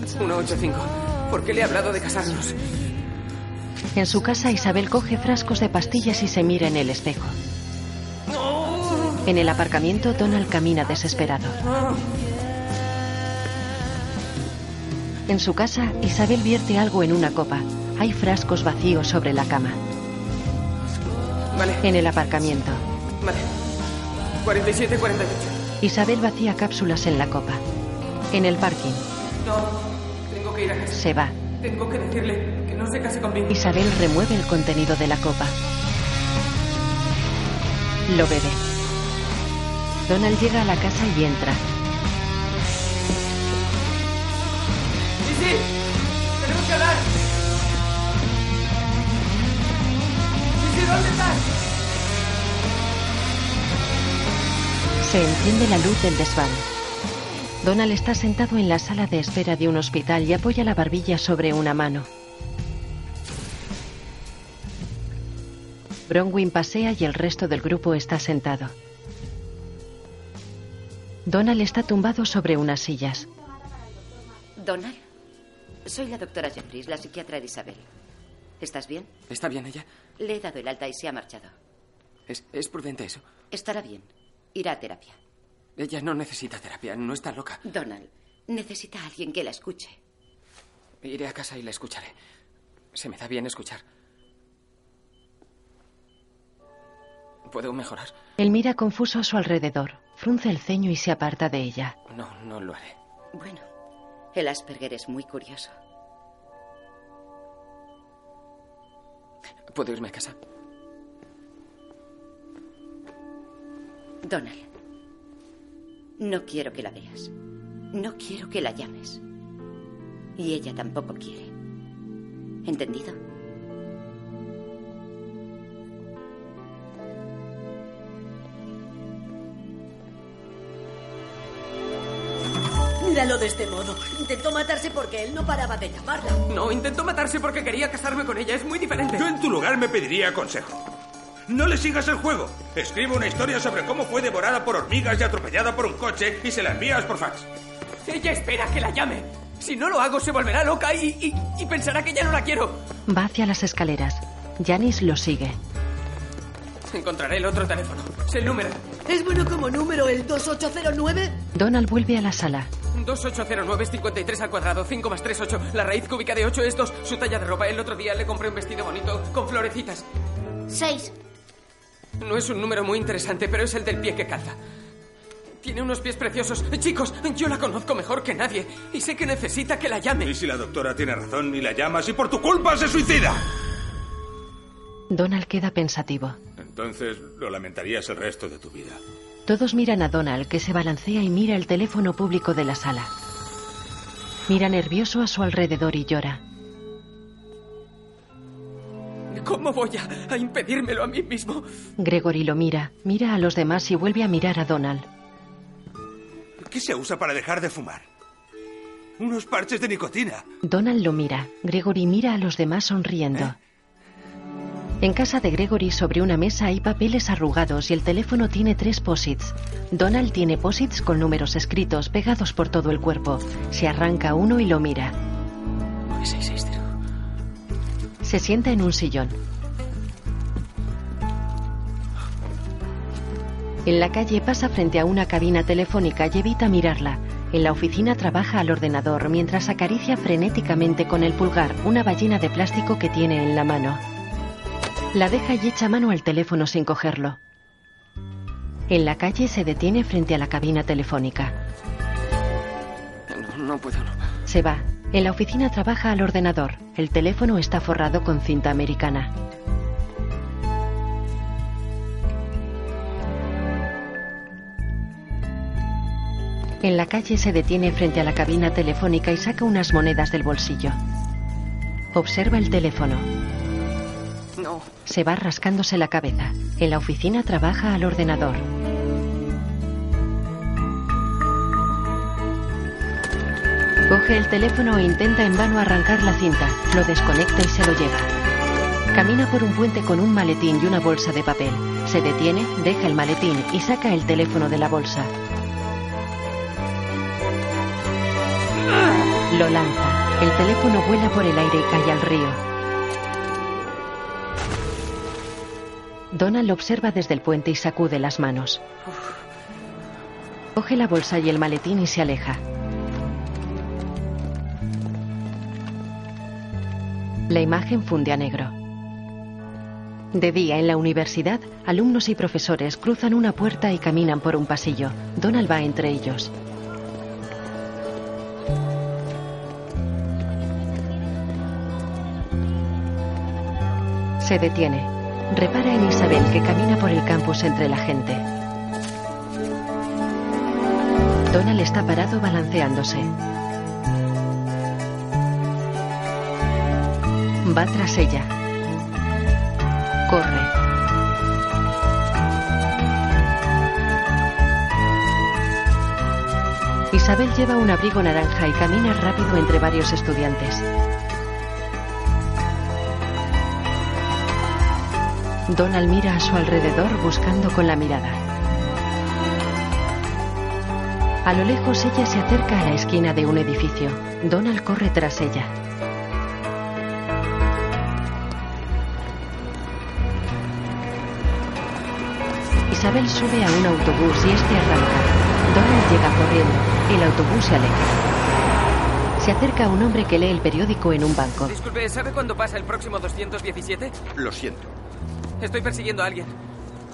D: 185. ¿Por qué le he hablado de casarnos?
B: En su casa, Isabel coge frascos de pastillas y se mira en el espejo. En el aparcamiento, Donald camina desesperado. En su casa, Isabel vierte algo en una copa. Hay frascos vacíos sobre la cama.
D: Vale.
B: En el aparcamiento,
D: Vale. 47, 48.
B: Isabel vacía cápsulas en la copa. En el parking,
D: No, tengo que ir a casa.
B: se va.
D: Tengo que decirle que no se case conmigo.
B: Isabel remueve el contenido de la copa. Lo bebe. Donald llega a la casa y entra.
D: Sí, sí. Tenemos que hablar. Sí, sí, ¿dónde estás?
B: Se enciende la luz del desván. Donald está sentado en la sala de espera de un hospital y apoya la barbilla sobre una mano. Bronwyn pasea y el resto del grupo está sentado. Donald está tumbado sobre unas sillas.
G: Donald, soy la doctora Jeffries, la psiquiatra de Isabel. ¿Estás bien?
D: ¿Está bien ella?
G: Le he dado el alta y se ha marchado.
D: ¿Es, es prudente eso?
G: Estará bien. Irá a terapia.
D: Ella no necesita terapia, no está loca.
G: Donald, necesita a alguien que la escuche.
D: Iré a casa y la escucharé. Se me da bien escuchar. ¿Puedo mejorar?
B: Él mira confuso a su alrededor, frunce el ceño y se aparta de ella.
D: No, no lo haré.
G: Bueno, el Asperger es muy curioso.
D: ¿Puedo irme a casa?
G: Donald, no quiero que la veas. No quiero que la llames. Y ella tampoco quiere. ¿Entendido?
K: Míralo de este modo. Intentó matarse porque él no paraba de llamarla.
D: No, intentó matarse porque quería casarme con ella. Es muy diferente.
I: Yo en tu lugar me pediría consejo. No le sigas el juego. Escribe una historia sobre cómo fue devorada por hormigas y atropellada por un coche y se la envías por fax.
D: Ella espera que la llame. Si no lo hago, se volverá loca y, y- y pensará que ya no la quiero.
B: Va hacia las escaleras. Janice lo sigue.
D: Encontraré el otro teléfono. Sé el número.
K: ¿Es bueno como número el 2809?
B: Donald vuelve a la sala.
D: 2809 es 53 al cuadrado, 5 más 3, 8. La raíz cúbica de 8 es 2. Su talla de ropa. El otro día le compré un vestido bonito con florecitas.
W: 6.
D: No es un número muy interesante, pero es el del pie que calza. Tiene unos pies preciosos. Chicos, yo la conozco mejor que nadie y sé que necesita que la llame.
I: Y si la doctora tiene razón y la llamas y por tu culpa se suicida.
B: Donald queda pensativo.
I: Entonces lo lamentarías el resto de tu vida.
B: Todos miran a Donald, que se balancea y mira el teléfono público de la sala. Mira nervioso a su alrededor y llora.
D: ¿Cómo voy a, a impedírmelo a mí mismo?
B: Gregory lo mira, mira a los demás y vuelve a mirar a Donald.
I: ¿Qué se usa para dejar de fumar? Unos parches de nicotina.
B: Donald lo mira. Gregory mira a los demás sonriendo. En casa de Gregory sobre una mesa hay papeles arrugados y el teléfono tiene tres posits. Donald tiene posits con números escritos pegados por todo el cuerpo. Se arranca uno y lo mira.
D: 9660.
B: Se sienta en un sillón. En la calle pasa frente a una cabina telefónica y evita mirarla. En la oficina trabaja al ordenador mientras acaricia frenéticamente con el pulgar una ballena de plástico que tiene en la mano. La deja y echa mano al teléfono sin cogerlo. En la calle se detiene frente a la cabina telefónica.
D: No, no puedo, no.
B: Se va. En la oficina trabaja al ordenador. El teléfono está forrado con cinta americana. En la calle se detiene frente a la cabina telefónica y saca unas monedas del bolsillo. Observa el teléfono.
D: No.
B: Se va rascándose la cabeza. En la oficina trabaja al ordenador. Coge el teléfono e intenta en vano arrancar la cinta. Lo desconecta y se lo lleva. Camina por un puente con un maletín y una bolsa de papel. Se detiene, deja el maletín y saca el teléfono de la bolsa. Lo lanza. El teléfono vuela por el aire y cae al río. Donald lo observa desde el puente y sacude las manos. Coge la bolsa y el maletín y se aleja. La imagen funde a negro. De día, en la universidad, alumnos y profesores cruzan una puerta y caminan por un pasillo. Donald va entre ellos. Se detiene. Repara en Isabel que camina por el campus entre la gente. Donald está parado balanceándose. Va tras ella. Corre. Isabel lleva un abrigo naranja y camina rápido entre varios estudiantes. Donald mira a su alrededor buscando con la mirada. A lo lejos ella se acerca a la esquina de un edificio. Donald corre tras ella. Isabel sube a un autobús y este arranca. Donald llega corriendo. El autobús se aleja. Se acerca a un hombre que lee el periódico en un banco.
D: Ah. Disculpe, ¿sabe cuándo pasa el próximo 217?
I: Lo siento.
D: Estoy persiguiendo a alguien.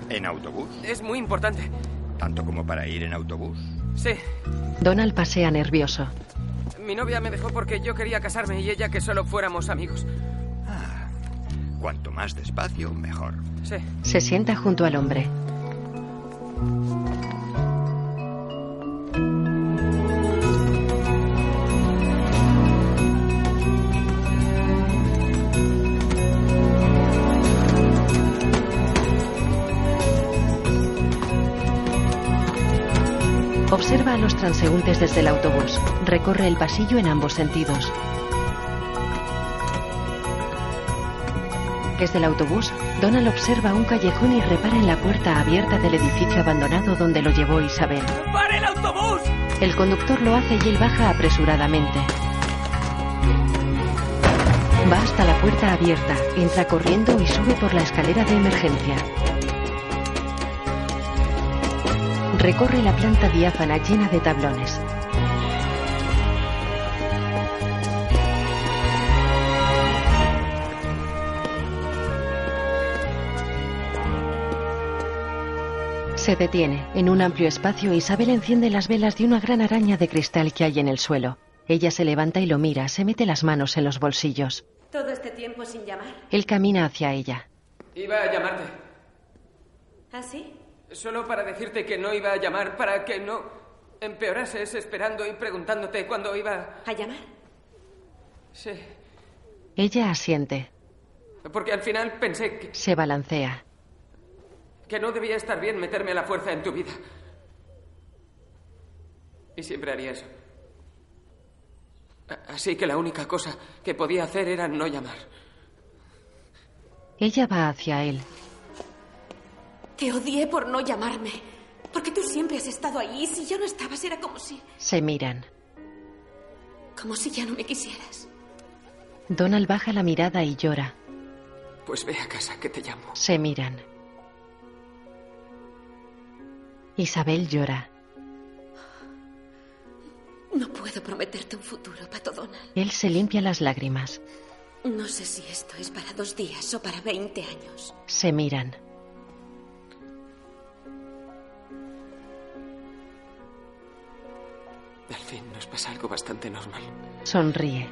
I: ¿En autobús?
D: Es muy importante.
I: ¿Tanto como para ir en autobús?
D: Sí,
B: Donald pasea nervioso.
D: mi novia me dejó porque yo quería casarme y ella que solo fuéramos amigos.
I: Ah, Cuanto más despacio, mejor.
D: Sí.
B: Se sienta junto al hombre. Observa a los transeúntes desde el autobús. Recorre el pasillo en ambos sentidos. Desde el autobús, Donald observa un callejón y repara en la puerta abierta del edificio abandonado donde lo llevó Isabel.
E: ¡Para el autobús!
B: El conductor lo hace y él baja apresuradamente. Va hasta la puerta abierta, entra corriendo y sube por la escalera de emergencia. Recorre la planta diáfana llena de tablones. Se detiene. En un amplio espacio, Isabel enciende las velas de una gran araña de cristal que hay en el suelo. Ella se levanta y lo mira, se mete las manos en los bolsillos.
L: Todo este tiempo sin llamar.
B: Él camina hacia ella.
D: Iba a llamarte.
L: ¿Ah, sí?
D: Solo para decirte que no iba a llamar, para que no empeorases esperando y preguntándote cuándo iba...
L: ¿A llamar?
D: Sí,
B: Ella asiente.
D: porque al final pensé que,
B: Se balancea.
D: que no debía estar bien meterme a la fuerza en tu vida. Y siempre haría eso. A- Así que la única cosa que podía hacer era no llamar.
B: Ella va hacia él.
X: Te odié por no llamarme. Porque tú siempre has estado ahí y si yo no estabas era como si...
B: Se miran.
X: como si ya no me quisieras.
B: Donald baja la mirada y llora.
D: Pues ve a casa que te llamo.
B: Se miran. Isabel llora.
X: No puedo prometerte un futuro, Pato Donald.
B: Él se limpia las lágrimas.
X: No sé si esto es para dos días o para 20 años.
B: Se miran.
D: Al fin nos pasa algo bastante normal.
B: Sonríe.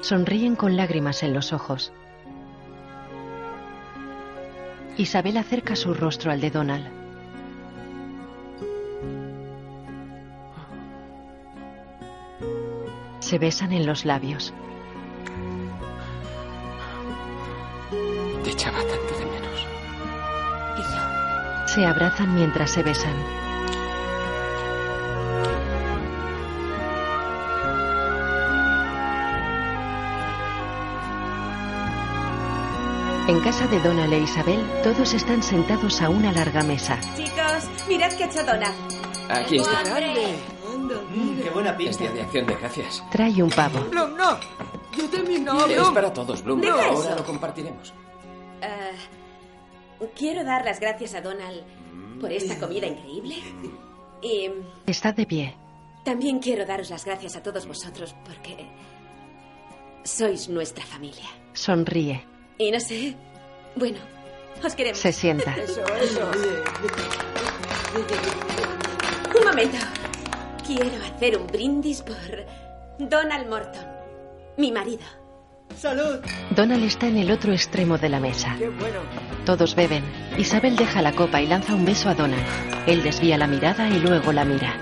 B: Sonríen con lágrimas en los ojos. Isabel acerca su rostro al de Donald. Se besan en los labios.
D: Te echaba tanto de menos.
B: Se abrazan mientras se besan. En casa de Donald e Isabel, todos están sentados a una larga mesa.
X: Chicos, mirad qué ha hecho Donald.
D: Aquí está. Mm,
Y: qué buena
D: Es día Este de acción de gracias. Este
B: Trae un pavo.
Z: Bloom, no. Yo también no,
D: Es
Z: Bloom.
D: para todos, Bloom.
Z: Deja
D: Ahora
Z: eso.
D: lo compartiremos.
L: Eh, Ah, quiero dar las gracias a Donald por esta comida increíble. Y
B: Está de pie.
L: también quiero daros las gracias a todos vosotros porque sois nuestra familia.
B: Sonríe.
L: Y no sé, bueno, os queremos.
B: Se sienta.
L: Eso, eso. Un momento. Quiero hacer un brindis por Donald Morton, mi marido. Salud.
B: Donald está en el otro extremo de la mesa.
L: bueno.
B: Todos beben. Isabel deja la copa y lanza un beso a Donald. Él desvía la mirada y luego la mira.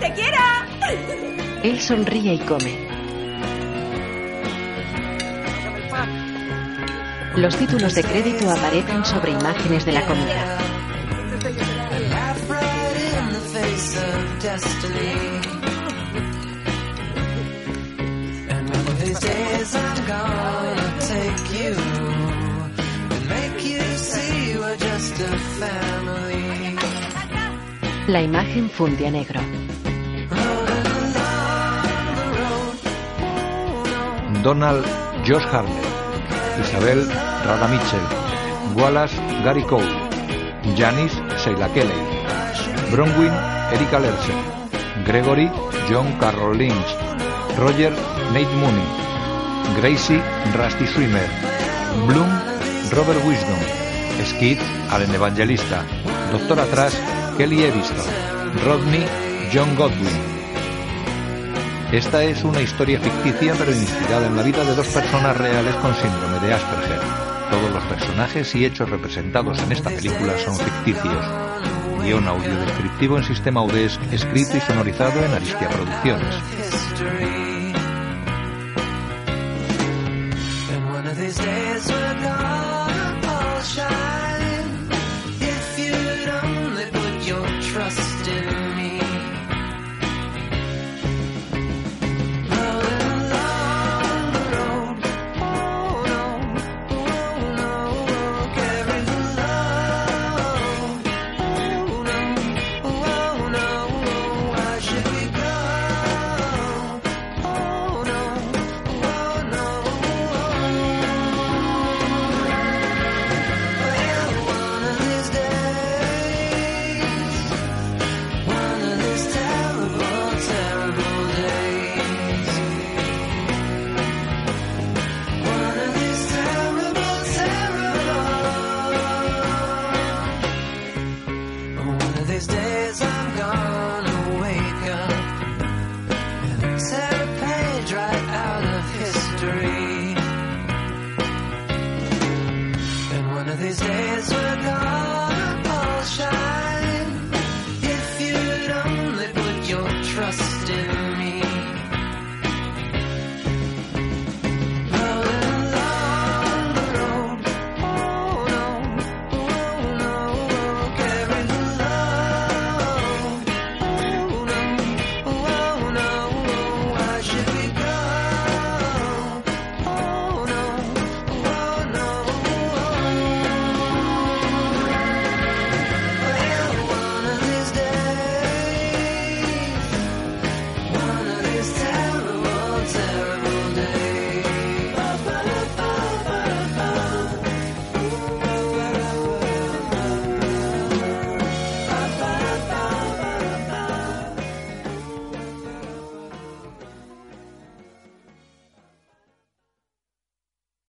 X: ¡Te quiero!
B: Él sonríe y come. Los títulos de crédito aparecen sobre imágenes de la comida.
E: Laugh right in the face of destiny. And one of these days I'm gonna take you and make you see we're just a family.
B: La imagen funde a negro.
A: Donald Josh Hartnett, Isabel Rada Mitchell, Wallace Gary Cole, Janice Sheila Kelly, Bronwyn Erika Lersen, Gregory John Carroll Lynch, Roger Nate Mooney, Gracie Rusty Swimmer, Bloom Robert Wisdom, Skid Allen Evangelista, Doctora Trash Kelly Eviston, Rodney John Godwin, esta es una historia ficticia pero inspirada en la vida de dos personas reales con síndrome de Asperger. Todos los personajes y hechos representados en esta película son ficticios. Guión audiodescriptivo en sistema UDESC, escrito y sonorizado en Aristia Producciones.
E: History. And one of these days. Oh, Oh,